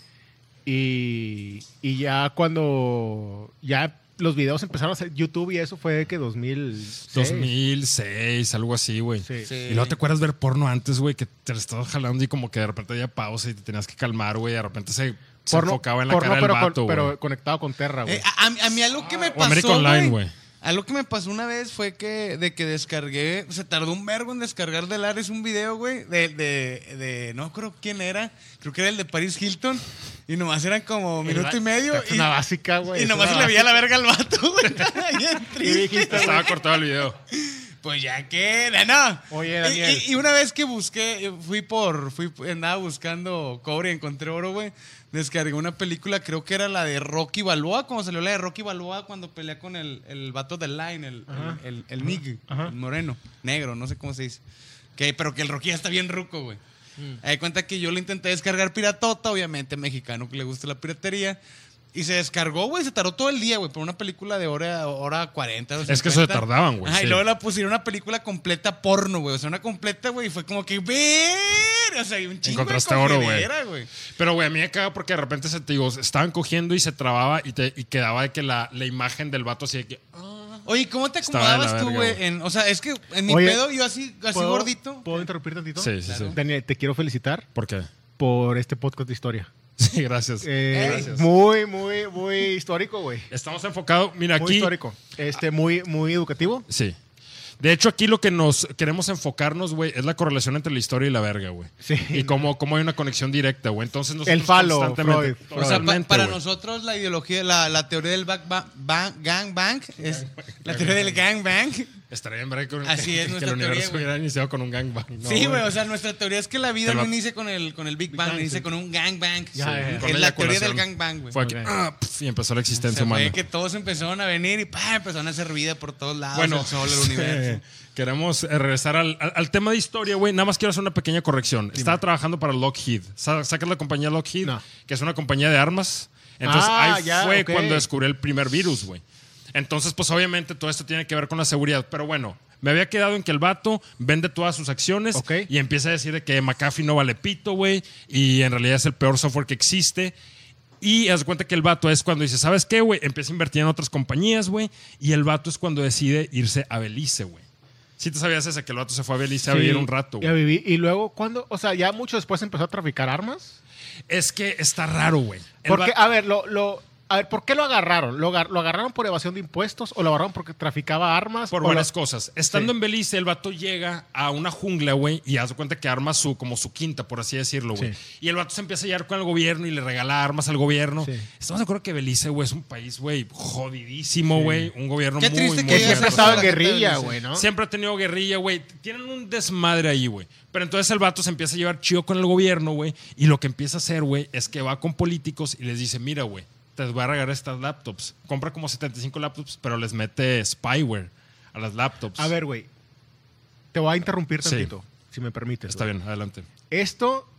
Speaker 4: Y, y ya cuando... Ya los videos empezaron a hacer YouTube y eso fue que 2006.
Speaker 2: 2006, algo así, güey.
Speaker 4: Sí.
Speaker 3: Sí.
Speaker 2: Y luego te acuerdas ver porno antes, güey, que te lo estabas jalando y como que de repente había pausa y te tenías que calmar, güey. De repente se, se enfocaba en la
Speaker 4: porno,
Speaker 2: cara
Speaker 4: pero,
Speaker 2: del
Speaker 4: con-
Speaker 2: vato, güey.
Speaker 4: pero conectado con Terra, güey.
Speaker 3: Eh, a, a mí- a mí algo que me
Speaker 2: O América
Speaker 3: pasó,
Speaker 2: Online,
Speaker 3: güey.
Speaker 2: güey.
Speaker 3: Algo que me pasó una vez fue que de que descargué, se tardó un vergo en descargar de Lares un video, güey, de, de, de- no creo quién era, creo que era el de Paris Hilton, y nomás eran como minuto y medio,
Speaker 4: Es
Speaker 3: y,
Speaker 4: una básica, güey.
Speaker 3: y
Speaker 4: es
Speaker 3: nomás
Speaker 4: una
Speaker 3: se le veía la verga al vato, güey. Bien triste.
Speaker 2: Estaba cortado el video.
Speaker 3: Pues ya que, no.
Speaker 4: Oye,
Speaker 3: Y-
Speaker 4: Daniel.
Speaker 3: Y, y una vez que busqué, fui por, fui, andaba buscando cobre y encontré oro, güey. Descargué una película, creo que era la de Rocky Balboa, cuando salió la de Rocky Balboa, cuando pelea con el, el vato del Line, el, el, el- el Nig,
Speaker 4: Ajá.
Speaker 3: el moreno, negro, no sé cómo se dice. Que, pero que el Rocky ya está bien ruco, güey.
Speaker 2: Mm.
Speaker 3: Hay cuenta que yo le intenté descargar piratota, obviamente mexicano que le gusta la piratería. Y se descargó, güey, se tardó todo el día, güey, por una película de hora, hora 40. o
Speaker 2: Es que eso se
Speaker 3: 50.
Speaker 2: tardaban, güey,
Speaker 3: Ajá, y
Speaker 2: sí.
Speaker 3: luego la pusieron una película completa porno, güey. O sea, una completa, güey, y fue como que ver. O sea, y un chingo
Speaker 2: Encontraste
Speaker 3: de
Speaker 2: oro,
Speaker 3: cogedera, güey.
Speaker 2: Pero, güey, a mí me caga porque de repente se te digo, estaban cogiendo y se trababa y, te, y quedaba de que la, la imagen del vato así de que. "Ah".
Speaker 3: Oye, ¿cómo te
Speaker 2: Estaba de la
Speaker 3: acomodabas tú,
Speaker 2: verga,
Speaker 3: güey?
Speaker 2: güey.
Speaker 3: en- O sea, es que en mi
Speaker 4: Oye,
Speaker 3: pedo yo así, así
Speaker 4: ¿Puedo-
Speaker 3: gordito.
Speaker 4: ¿Puedo interrumpir tantito?
Speaker 2: Sí, sí, sí.
Speaker 4: Daniel, te quiero felicitar
Speaker 2: ¿Por qué?
Speaker 4: por este podcast de historia.
Speaker 2: Sí, gracias.
Speaker 4: Eh,
Speaker 2: Gracias.
Speaker 4: Muy, muy, muy histórico, güey.
Speaker 2: Estamos enfocados. Mira,
Speaker 4: Muy
Speaker 2: aquí.
Speaker 4: histórico. Este, muy, muy educativo.
Speaker 2: Sí. De hecho, aquí lo que nos queremos enfocarnos, güey, es la correlación entre la historia y la verga, güey.
Speaker 4: Sí.
Speaker 2: Y cómo, cómo hay una conexión directa, güey. Entonces nosotros
Speaker 4: El falo,
Speaker 2: constantemente-
Speaker 3: O
Speaker 4: Freud,
Speaker 3: sea, pa-
Speaker 2: Totalmente,
Speaker 3: para
Speaker 2: güey.
Speaker 3: nosotros la ideología, la, la teoría del back ba- ba- gang bang, es la teoría del gang bang.
Speaker 2: Estaría bien verga que-
Speaker 3: Así es
Speaker 2: que,
Speaker 3: nuestra
Speaker 2: el universo
Speaker 3: teoría, güey.
Speaker 2: hubiera iniciado con un gangbang. ¿no,
Speaker 3: sí, güey, o sea, nuestra teoría es que la vida
Speaker 2: Te
Speaker 3: no
Speaker 2: lo-
Speaker 3: inicia con el, con el Big Bang,
Speaker 4: Bang,
Speaker 3: inicia
Speaker 4: sí.
Speaker 3: con un gang bang.
Speaker 4: Ya, ya, ya.
Speaker 2: Con
Speaker 3: Es la teoría del
Speaker 2: eyaculación.
Speaker 3: gang bang, güey.
Speaker 2: Fue aquí,
Speaker 4: Ok.
Speaker 2: ah, pf, y empezó la
Speaker 3: Se
Speaker 2: existencia
Speaker 3: fue
Speaker 2: humana.
Speaker 3: que todos empezaron a venir y pa, empezaron a hacer vida por todos lados,
Speaker 2: Bueno,
Speaker 3: el sol, el universo.
Speaker 2: queremos eh, regresar al, al- al tema de historia, güey. Nada más quiero hacer una pequeña corrección. Estaba trabajando para Lockheed. Sa- ¿Sacas la compañía Lockheed?
Speaker 4: No.
Speaker 2: Que es una compañía de armas. Entonces
Speaker 4: Ah,
Speaker 2: ahí
Speaker 4: ya,
Speaker 2: fue
Speaker 4: ok.
Speaker 2: cuando descubrí el primer virus, güey. Entonces, pues obviamente todo esto tiene que ver con la seguridad. Pero bueno, me había quedado en que el vato vende todas sus acciones
Speaker 4: Ok.
Speaker 2: y empieza a decir de que McAfee no vale pito, güey. Y en realidad es el peor software que existe. Y haz de cuenta que el vato es cuando dice, ¿sabes qué, güey? Empieza a invertir en otras compañías, güey. Y el vato es cuando decide irse a Belice, güey. Sí te sabías esa, que el vato se fue a Belice a
Speaker 4: Sí,
Speaker 2: vivir un rato,
Speaker 4: y a
Speaker 2: güey.
Speaker 4: vivir. Y luego, ¿cuándo? O sea, ya mucho después empezó a traficar armas.
Speaker 2: Es que está raro, güey. El
Speaker 4: Porque,
Speaker 2: va-
Speaker 4: a ver, lo, lo, a ver, ¿por qué lo agarraron? ¿Lo, agar- lo agarraron por evasión de impuestos o lo agarraron porque traficaba armas?
Speaker 2: Por
Speaker 4: ¿O
Speaker 2: varias
Speaker 4: lo-
Speaker 2: cosas. Estando
Speaker 4: Sí.
Speaker 2: en Belice, el vato llega a una jungla, güey, y haz de cuenta que arma su, como su quinta, por así decirlo, güey.
Speaker 4: Sí.
Speaker 2: Y el vato se empieza a llevar con el gobierno y le regala armas al gobierno.
Speaker 4: Sí.
Speaker 2: Estamos de acuerdo que Belice, güey, es un país, güey, jodidísimo, güey. Un gobierno
Speaker 3: Qué
Speaker 2: muy,
Speaker 3: triste
Speaker 2: muy
Speaker 4: Que siempre
Speaker 3: Oye,
Speaker 4: ha estado en
Speaker 3: la gente
Speaker 4: guerrilla,
Speaker 3: dice-
Speaker 4: güey, ¿no?
Speaker 2: Siempre ha tenido guerrilla, güey. Tienen un desmadre ahí, güey. Pero entonces el vato se empieza a llevar chido con el gobierno, güey. Y lo que empieza a hacer, güey, es que va con políticos y les dice, mira, güey, te voy a regalar estas laptops. Compra como 75 laptops, pero les mete spyware a las laptops.
Speaker 4: A ver, güey. Te voy a interrumpir
Speaker 2: Sí.
Speaker 4: tantito, si me permites.
Speaker 2: Está
Speaker 4: güey.
Speaker 2: bien, adelante.
Speaker 4: Esto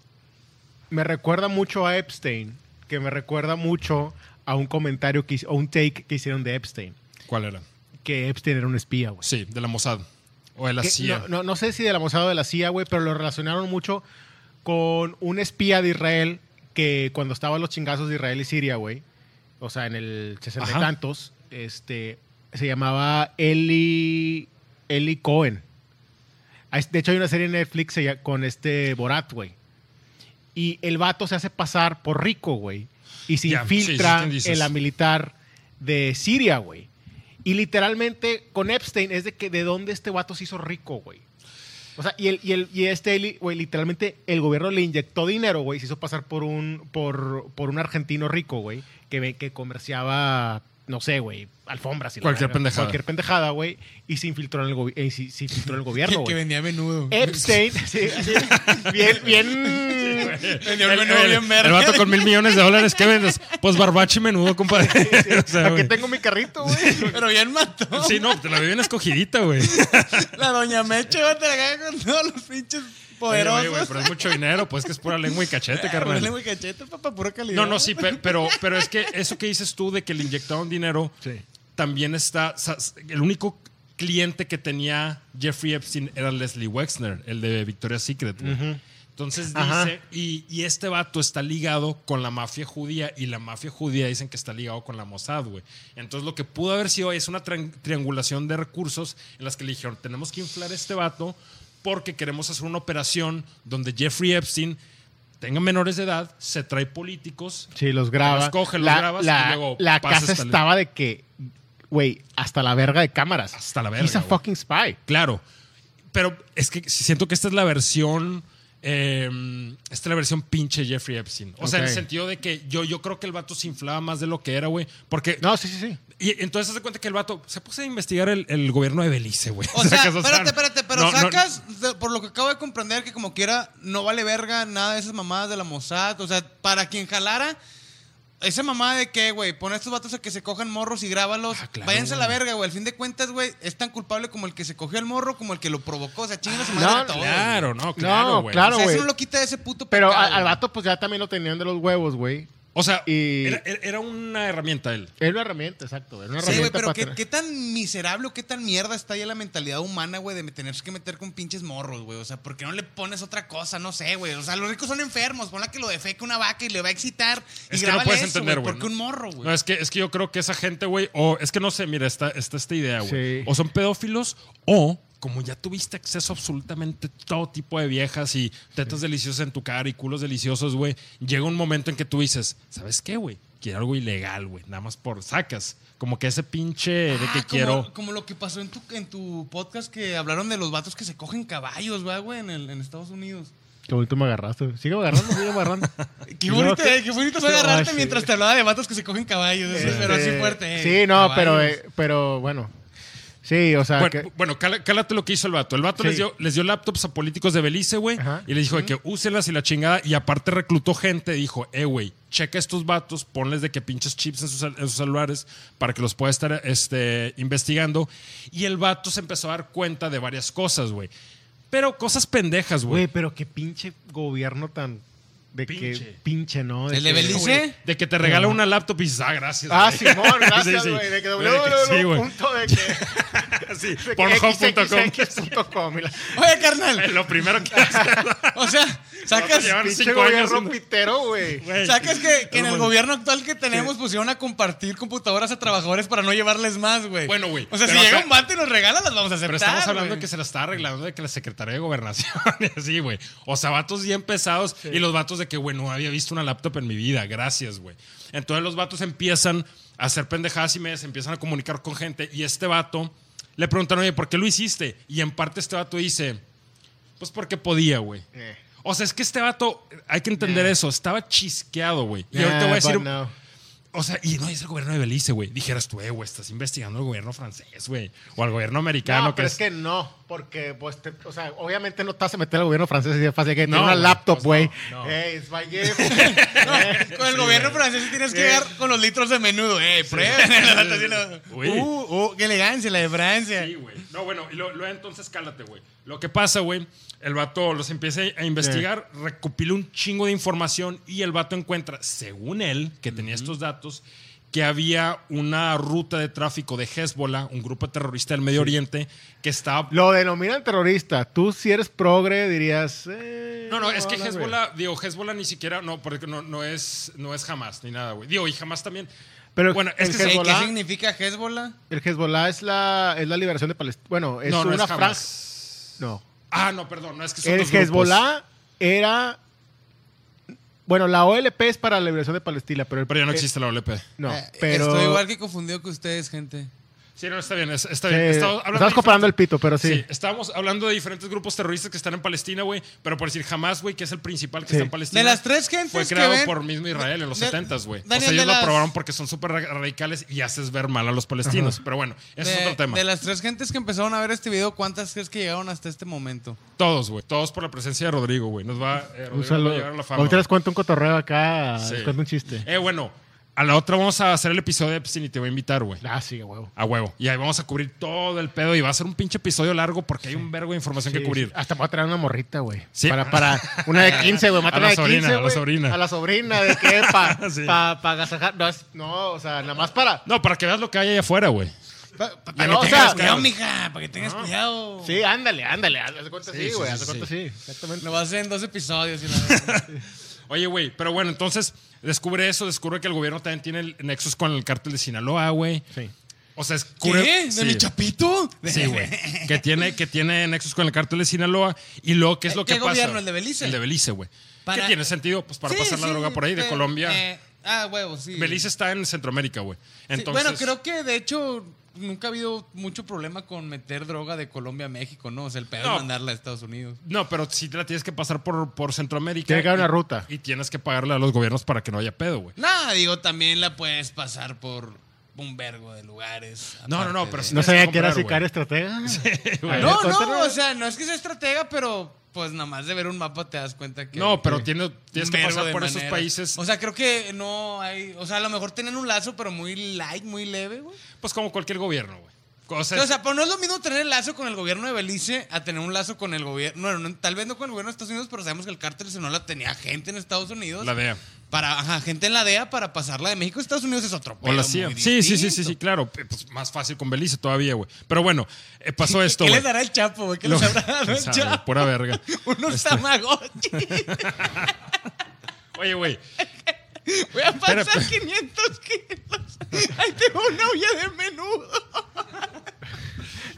Speaker 4: me recuerda mucho a Epstein, que me recuerda mucho a un comentario que hice- o un take que hicieron de Epstein,
Speaker 2: ¿Cuál era?
Speaker 4: que Epstein era un espía, güey.
Speaker 2: Sí, de la Mossad. O de la
Speaker 4: Que-
Speaker 2: CIA.
Speaker 4: No, no- no sé si de la Mossad o de la CIA, güey, pero lo relacionaron mucho con un espía de Israel que cuando estaban los chingazos de Israel y Siria, güey, o sea, en el sesenta y
Speaker 2: Ajá.
Speaker 4: tantos, este, se llamaba Eli, Eli Cohen. Ah, es- De hecho, hay una serie en Netflix se llama- con este Borat, güey. Y el vato se hace pasar por rico, güey. Y se
Speaker 2: Ya, sí, sí,
Speaker 4: infiltra
Speaker 2: ¿quién dices?
Speaker 4: en la militar de Siria, güey. Y literalmente con Epstein es de que de dónde este vato se hizo rico, güey. O sea, y, el, y, el, y este, Eli, güey, literalmente el gobierno le inyectó dinero, güey. Se hizo pasar por un, por, por un argentino rico, güey, que, ve- que comerciaba, no sé, güey, alfombras. y la
Speaker 2: Cualquier
Speaker 4: verga.
Speaker 2: pendejada.
Speaker 4: Cualquier pendejada, güey. Y se infiltró en el, gobi- eh, se- se infiltró en el gobierno,
Speaker 3: Que, que
Speaker 4: güey.
Speaker 3: vendía a menudo.
Speaker 2: Eh,
Speaker 4: Epstein, sí, sí, bien, bien,
Speaker 3: Vendía a menudo bien verga.
Speaker 2: el vato con mil millones de dólares, ¿qué vendes? Pues barbache menudo, compadre. O sea,
Speaker 4: Aquí
Speaker 2: güey.
Speaker 4: tengo mi carrito, güey.
Speaker 3: Pero bien mató.
Speaker 2: Sí, no, te la vi bien escogidita, güey.
Speaker 3: La doña Meche va a tragar con todos los pinches poderosos.
Speaker 2: Oye, güey, pero es mucho dinero, pues que es pura lengua y cachete, carnal.
Speaker 3: Ponle, güey, cachete, papá, pura calidad.
Speaker 2: No, no, sí, pe- pero, pero es que eso que dices tú de que le inyectaron dinero,
Speaker 4: Sí.
Speaker 2: también está. o sea, el único cliente que tenía Jeffrey Epstein era Leslie Wexner, el de Victoria's Secret. güey. Entonces dice,
Speaker 4: Ajá.
Speaker 2: y, y este vato está ligado con la mafia judía y la mafia judía dicen que está ligado con la Mossad, güey. Entonces lo que pudo haber sido es una tran- triangulación de recursos en las que le dijeron, tenemos que inflar a este vato porque queremos hacer una operación donde Jeffrey Epstein tenga menores de edad, se trae políticos
Speaker 4: Sí, los graba.
Speaker 2: Los coge, los
Speaker 4: la,
Speaker 2: grabas
Speaker 4: la-
Speaker 2: y luego
Speaker 4: la
Speaker 2: pasas
Speaker 4: casa
Speaker 2: tal-
Speaker 4: estaba de que güey, hasta la verga de cámaras.
Speaker 2: Hasta la verga,
Speaker 4: He's a
Speaker 2: güey.
Speaker 4: fucking spy.
Speaker 2: Claro. Pero es que siento que esta es la versión. eh, esta es la versión pinche Jeffrey Epstein. O sea, en el
Speaker 4: Ok.
Speaker 2: sentido de que yo, yo creo que el vato se inflaba más de lo que era, güey. Porque.
Speaker 4: No, sí, sí, sí.
Speaker 2: Y entonces se cuenta que el vato se puso a investigar el, el gobierno de Belice, güey.
Speaker 3: O sea,
Speaker 2: ¿Sacas? O sea,
Speaker 3: espérate, espérate, pero
Speaker 2: no, no,
Speaker 3: sacas, de- por lo que acabo de comprender, que como quiera, no vale verga nada de esas mamadas de la Mossad. O sea, para quien jalara, esa mamada de que, güey, pon a estos vatos a que se cojan morros y grábalos.
Speaker 2: Ah, claro,
Speaker 3: Váyanse a la
Speaker 2: güey.
Speaker 3: verga, güey. Al fin de cuentas, güey, es tan culpable como el que se cogió el morro, como el que lo provocó. O sea, chingas a su madre
Speaker 4: no,
Speaker 3: a todos.
Speaker 2: Claro, Ah, no, claro, güey.
Speaker 4: claro.
Speaker 3: O sea, eso
Speaker 4: güey.
Speaker 3: no lo quita de ese puto
Speaker 4: Pero
Speaker 3: pecado,
Speaker 4: al, al
Speaker 3: güey.
Speaker 4: vato, pues ya también lo tenían de los huevos, güey.
Speaker 2: O sea,
Speaker 4: Y-
Speaker 2: era, era- era una herramienta él.
Speaker 4: Era una herramienta, exacto. Era una
Speaker 3: Sí, güey,
Speaker 4: herramienta
Speaker 3: pero
Speaker 4: para
Speaker 3: ¿qué,
Speaker 4: tener-
Speaker 3: qué tan miserable o qué tan mierda está ya la mentalidad humana, güey, de me- tenerse que meter con pinches morros, güey. O sea, ¿por qué no le pones otra cosa? No sé, güey. O sea, los ricos son enfermos. Ponla que lo defeque una vaca y le va a excitar. Y
Speaker 2: Es que no
Speaker 3: grábale
Speaker 2: puedes
Speaker 3: eso,
Speaker 2: entender, güey.
Speaker 3: ¿Por qué
Speaker 2: ¿no?
Speaker 3: un morro, güey?
Speaker 2: No, es que, es que yo creo que esa gente, güey, o es que no sé, mira, está, está esta idea, güey.
Speaker 4: Sí.
Speaker 2: O son pedófilos o... Como ya tuviste acceso a absolutamente todo tipo de viejas y tetas deliciosas en tu cara y culos deliciosos, güey, llega un momento en que tú dices, ¿sabes qué, güey? Quiero algo ilegal, güey, nada más por sacas. Como que ese pinche de que
Speaker 3: Ah, como-
Speaker 2: quiero...
Speaker 3: Como lo que pasó en tu, en tu podcast que hablaron de los vatos que se cogen caballos, ¿verdad, güey, en, el- en Estados Unidos.
Speaker 4: Qué bonito me agarraste. güey. Sigue agarrando, sigue agarrando.
Speaker 3: Qué
Speaker 4: No,
Speaker 3: bonito,
Speaker 4: que-
Speaker 3: eh, qué bonito fue
Speaker 4: sí,
Speaker 3: agarrarte
Speaker 4: sí.
Speaker 3: mientras te hablaba de vatos que se cogen caballos. eso, pero así
Speaker 4: Este,
Speaker 3: fuerte. eh,
Speaker 4: Sí, no, pero,
Speaker 3: caballos.
Speaker 4: eh, pero bueno. Sí, o sea,
Speaker 2: Bueno,
Speaker 4: que-
Speaker 2: bueno, cala- cálate lo que hizo el vato. El vato
Speaker 4: Ah, Sí.
Speaker 2: les, dio, les dio laptops a políticos de Belice, güey,
Speaker 4: Ajá.
Speaker 2: y les dijo de que úselas y la chingada. Y aparte reclutó gente, dijo, eh, güey, checa estos vatos, ponles de que pinches chips en sus, cel- en sus celulares para que los pueda estar este, investigando. Y el vato se empezó a dar cuenta de varias cosas, güey. Pero cosas pendejas,
Speaker 4: güey,
Speaker 2: güey.
Speaker 4: pero qué pinche gobierno tan de que
Speaker 2: Pinche.
Speaker 4: pinche, ¿no?
Speaker 3: ¿El de
Speaker 4: que-
Speaker 3: Belice?
Speaker 2: Güey, De que te regala una laptop y dices, ah, gracias.
Speaker 4: Ah,
Speaker 2: güey".
Speaker 4: Simón, gracias,
Speaker 2: Sí, sí.
Speaker 4: güey. De que
Speaker 2: Güey, de que sí, güey.
Speaker 4: www.punto de que-
Speaker 2: Sí,
Speaker 4: de que
Speaker 2: Pornhub.com.
Speaker 4: xxx.com, y la-
Speaker 3: Oye, carnal.
Speaker 2: Es Lo primero que haces,
Speaker 3: O sea, sacas.
Speaker 2: llevan
Speaker 4: Pinche
Speaker 2: cinco años
Speaker 4: gobierno
Speaker 2: haciendo-
Speaker 4: pitero, güey.
Speaker 2: güey.
Speaker 3: Sacas que, que en el gobierno actual que tenemos pusieron a compartir computadoras a trabajadores para no llevarles más, güey.
Speaker 2: Bueno, güey,
Speaker 3: O sea, si
Speaker 2: pero
Speaker 3: llega
Speaker 2: acá-
Speaker 3: un bate y nos regala, las vamos a aceptar.
Speaker 2: Pero estamos hablando
Speaker 3: güey.
Speaker 2: de que se la está arreglando de que la secretaria de gobernación y así, güey. O sea, vatos bien pesados y los vatos de que, güey, no había visto una laptop en mi vida, gracias, güey. Entonces los vatos empiezan a hacer pendejadas y medias, empiezan a comunicar con gente y este vato le preguntan, oye, ¿por qué lo hiciste? Y en parte este vato dice, pues porque podía, güey.
Speaker 4: Eh.
Speaker 2: O sea, es que este vato, hay que entender eso, estaba chisqueado, güey. Y ahorita
Speaker 4: Nah,
Speaker 2: voy a
Speaker 4: Eh. Ah, but
Speaker 2: decir,
Speaker 4: no.
Speaker 2: o sea, y no es el gobierno de Belice, güey. Dijeras tú, eh, güey, estás investigando al gobierno francés, güey. O al gobierno americano.
Speaker 4: No, pero es que no, porque pues, te- o sea, obviamente no te vas a meter al gobierno francés y es fácil que tiene
Speaker 2: No,
Speaker 4: una
Speaker 2: güey,
Speaker 4: laptop,
Speaker 2: pues
Speaker 4: güey.
Speaker 2: no, no.
Speaker 4: Ey, es Vallejo. Eh,
Speaker 3: Con el gobierno francés tienes que llegar con los litros de menudo. Eh, prueben. El vato así lo-
Speaker 2: Güey.
Speaker 3: Uh, uh, qué elegancia la de Francia.
Speaker 2: Sí, güey. No, bueno, y lo, lo- entonces cálate, güey. Lo que pasa, güey, el vato los empieza a investigar, recopila un chingo de información y el vato encuentra, según él, que tenía estos datos, que había una ruta de tráfico de Hezbollah, un grupo terrorista del Medio Oriente, que estaba...
Speaker 4: Lo denominan terrorista. Tú si eres progre dirías... eh,
Speaker 2: no, no, es que
Speaker 4: la verga.
Speaker 2: Hezbollah, digo, Hezbollah ni siquiera, no, porque no, no es, no es jamás ni nada, güey. Digo, y jamás también.
Speaker 4: Pero
Speaker 2: bueno, es
Speaker 4: el
Speaker 2: que
Speaker 3: Ey, ¿Qué
Speaker 4: Hezbollah-
Speaker 3: significa Hezbollah?
Speaker 4: El Hezbollah es la, es la liberación de Palestina. Bueno, es
Speaker 2: no, no
Speaker 4: una
Speaker 2: es
Speaker 4: franja.
Speaker 2: jamás.
Speaker 4: No.
Speaker 2: Ah, no, perdón, no es que son
Speaker 4: El
Speaker 2: dos grupos.
Speaker 4: Hezbollah era. Bueno, la OLP es para la liberación de Palestina, pero. el-
Speaker 2: Pero ya no
Speaker 4: eh,
Speaker 2: existe la OLP.
Speaker 4: no,
Speaker 3: Eh,
Speaker 4: pero.
Speaker 3: Estoy igual que confundido que ustedes, gente.
Speaker 2: Sí, no, está bien, es- está
Speaker 4: Sí,
Speaker 2: bien. Estamos hablando
Speaker 4: estás
Speaker 2: de
Speaker 4: comparando el pito, pero sí.
Speaker 2: Sí, estábamos hablando de diferentes grupos terroristas que están en Palestina, güey, pero por decir jamás, güey, que es el principal que
Speaker 4: Sí.
Speaker 2: está en Palestina.
Speaker 3: De las tres gentes
Speaker 2: Fue
Speaker 3: que
Speaker 2: creado
Speaker 3: ven-
Speaker 2: por mismo Israel en los
Speaker 3: De-
Speaker 2: 70, güey. O sea,
Speaker 3: Daniel,
Speaker 2: ellos
Speaker 3: de
Speaker 2: lo
Speaker 3: las-
Speaker 2: aprobaron porque son súper ra- radicales y haces ver mal a los palestinos. Pero bueno, ese es
Speaker 3: de,
Speaker 2: otro tema.
Speaker 3: de las tres gentes que empezaron a ver este video, ¿cuántas crees que llegaron hasta este momento?
Speaker 2: Todos, güey. Todos por la presencia de Rodrigo, güey. Nos va, eh, Rodrigo
Speaker 4: Un
Speaker 2: nos va
Speaker 4: saludo.
Speaker 2: a llevar a la fama.
Speaker 4: Ahorita
Speaker 2: güey.
Speaker 4: les cuento un cotorreo acá,
Speaker 2: Sí.
Speaker 4: les cuento un chiste.
Speaker 2: Eh, bueno, a la otra vamos a hacer el episodio de Epstein y te voy a invitar, güey.
Speaker 4: Ah, sí, huevo.
Speaker 2: A huevo. Y ahí vamos a cubrir todo el pedo y va a ser un pinche episodio largo porque hay un vergo de información
Speaker 4: Sí,
Speaker 2: que cubrir.
Speaker 4: sí. Hasta me voy a traer una morrita, güey.
Speaker 2: Sí.
Speaker 4: Para, para una de 15, güey. me
Speaker 2: A la
Speaker 4: voy traer de
Speaker 2: sobrina,
Speaker 4: 15,
Speaker 2: a la
Speaker 4: güey.
Speaker 2: sobrina.
Speaker 4: A la sobrina, ¿de qué? Para
Speaker 2: Sí.
Speaker 4: agasajar. No, es- no, o sea, nada más para.
Speaker 2: No, para que veas lo que hay allá afuera, güey.
Speaker 3: Pa- pa-
Speaker 4: Ya
Speaker 3: Para que
Speaker 4: no, o
Speaker 3: tengas
Speaker 4: sea,
Speaker 3: cuidado,
Speaker 2: no.
Speaker 3: mija, para que tengas cuidado.
Speaker 4: Sí, ándale, ándale. Haz de cuenta
Speaker 2: Sí,
Speaker 4: sí,
Speaker 2: sí,
Speaker 4: güey.
Speaker 2: sí,
Speaker 4: Haz de cuenta
Speaker 2: sí.
Speaker 4: sí. Exactamente.
Speaker 3: Lo vas a hacer en dos episodios. y la verga.
Speaker 2: Oye, güey, pero bueno, entonces descubre eso, descubre que el gobierno también tiene el- nexos con el cártel de Sinaloa, güey.
Speaker 4: Sí.
Speaker 2: O sea, es
Speaker 3: ¿Qué? ¿De mi chapito?
Speaker 2: Sí, güey. Que tiene, que tiene nexos con el cártel de Sinaloa. Y luego, ¿qué es lo
Speaker 3: ¿Qué
Speaker 2: que pasa?
Speaker 3: gobierno? ¿El de Belice?
Speaker 2: El de Belice, güey.
Speaker 3: Para-
Speaker 2: Que tiene sentido, pues, para
Speaker 3: Sí,
Speaker 2: pasar la
Speaker 3: sí,
Speaker 2: droga por ahí de
Speaker 3: pero,
Speaker 2: Colombia.
Speaker 3: eh, Ah, huevo, sí.
Speaker 2: Belice está en Centroamérica, güey.
Speaker 3: Sí,
Speaker 2: Entonces,
Speaker 3: bueno, creo que de hecho nunca ha habido mucho problema con meter droga de Colombia a México, ¿no? O sea, el pedo
Speaker 2: No.
Speaker 3: es mandarla a Estados Unidos.
Speaker 2: No, pero si te la tienes que pasar por, por Centroamérica.
Speaker 4: Tiene que haber
Speaker 2: y-
Speaker 4: una ruta.
Speaker 2: Y tienes que pagarle a los gobiernos para que no haya pedo, güey.
Speaker 3: Nada, digo, también la puedes pasar por un vergo de lugares.
Speaker 2: No, no, no,
Speaker 3: aparte
Speaker 2: pero
Speaker 3: de-
Speaker 2: sí
Speaker 4: No
Speaker 2: tienes
Speaker 4: sabía
Speaker 2: que
Speaker 4: que era
Speaker 2: comprar,
Speaker 4: sicario
Speaker 2: güey.
Speaker 4: estratega. A ver,
Speaker 3: No, no,
Speaker 4: cuéntanos.
Speaker 3: o sea, no es que sea estratega, pero pues nada más de ver un mapa te das cuenta que...
Speaker 2: No, pero tiene- tienes que
Speaker 3: vergo
Speaker 2: pasar
Speaker 3: de
Speaker 2: por esos
Speaker 3: maneras.
Speaker 2: países.
Speaker 3: O sea, creo que no hay... O sea, a lo mejor tienen un lazo, pero muy light, muy leve, güey.
Speaker 2: Pues como cualquier gobierno, güey. O sea,
Speaker 3: O sea, pero no es lo mismo tener el lazo con el gobierno de Belice a tener un lazo con el gobierno... Bueno, no, tal vez no con el gobierno de Estados Unidos, pero sabemos que el cártel no la tenía gente en Estados Unidos.
Speaker 2: la DEA.
Speaker 3: Para, ajá, gente en la DEA para pasarla de México a Estados Unidos es otro
Speaker 2: O
Speaker 3: pedo
Speaker 2: la
Speaker 3: muy
Speaker 2: CIA. Sí, sí, sí, sí, sí,
Speaker 3: distinto.
Speaker 2: claro. P- Pues más fácil con Belice todavía, güey. Pero bueno, eh, pasó esto,
Speaker 3: ¿Qué
Speaker 2: güey.
Speaker 3: les dará el Chapo, güey? ¿Qué
Speaker 2: Lo-
Speaker 3: les habrá dado el
Speaker 2: sabe,
Speaker 3: Chapo?
Speaker 2: Pura verga.
Speaker 3: Unos tamagotchis.
Speaker 2: Oye, güey.
Speaker 3: Voy a pasar
Speaker 2: Espera,
Speaker 3: 500 kilos. Ahí tengo una olla de menudo.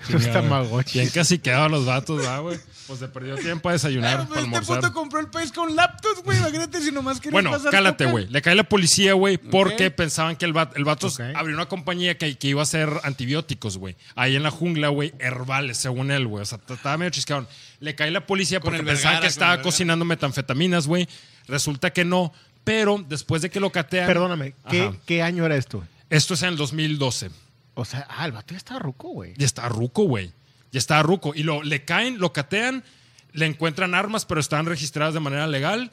Speaker 4: Los
Speaker 2: Chingada.
Speaker 4: tamagotchis.
Speaker 2: Bien casi quedaban los vatos, ¿va, güey? Pues se perdió tiempo a desayunar
Speaker 3: Claro,
Speaker 2: para
Speaker 3: pero este
Speaker 2: almorzar.
Speaker 3: puto compró el país con laptops, güey. Imagínate si nomás quería
Speaker 2: Bueno,
Speaker 3: pasar
Speaker 2: cálate,
Speaker 3: coca.
Speaker 2: güey. Le cae la policía, güey, porque pensaban que el, va- el vato
Speaker 4: Ok.
Speaker 2: abrió una compañía que, que iba a hacer antibióticos, güey. Ahí en la jungla, güey, herbales, según él, güey. O sea, t- estaba medio chiscadón. Le cae la policía
Speaker 3: Con
Speaker 2: porque
Speaker 3: el
Speaker 2: pensaban que
Speaker 3: Vergara, con el
Speaker 2: estaba
Speaker 3: Vergara.
Speaker 2: cocinando metanfetaminas, güey. Resulta que no. Pero después de que lo catean.
Speaker 4: Perdóname, ¿qué,
Speaker 2: Ajá.
Speaker 4: ¿qué año era esto?
Speaker 2: Esto es en el 2012.
Speaker 4: O sea, ah, el vato ya estaba ruco, güey.
Speaker 2: Ya está ruco, güey. Ya está ruco. Y lo, le caen, lo catean, le encuentran armas, pero están registradas de manera legal.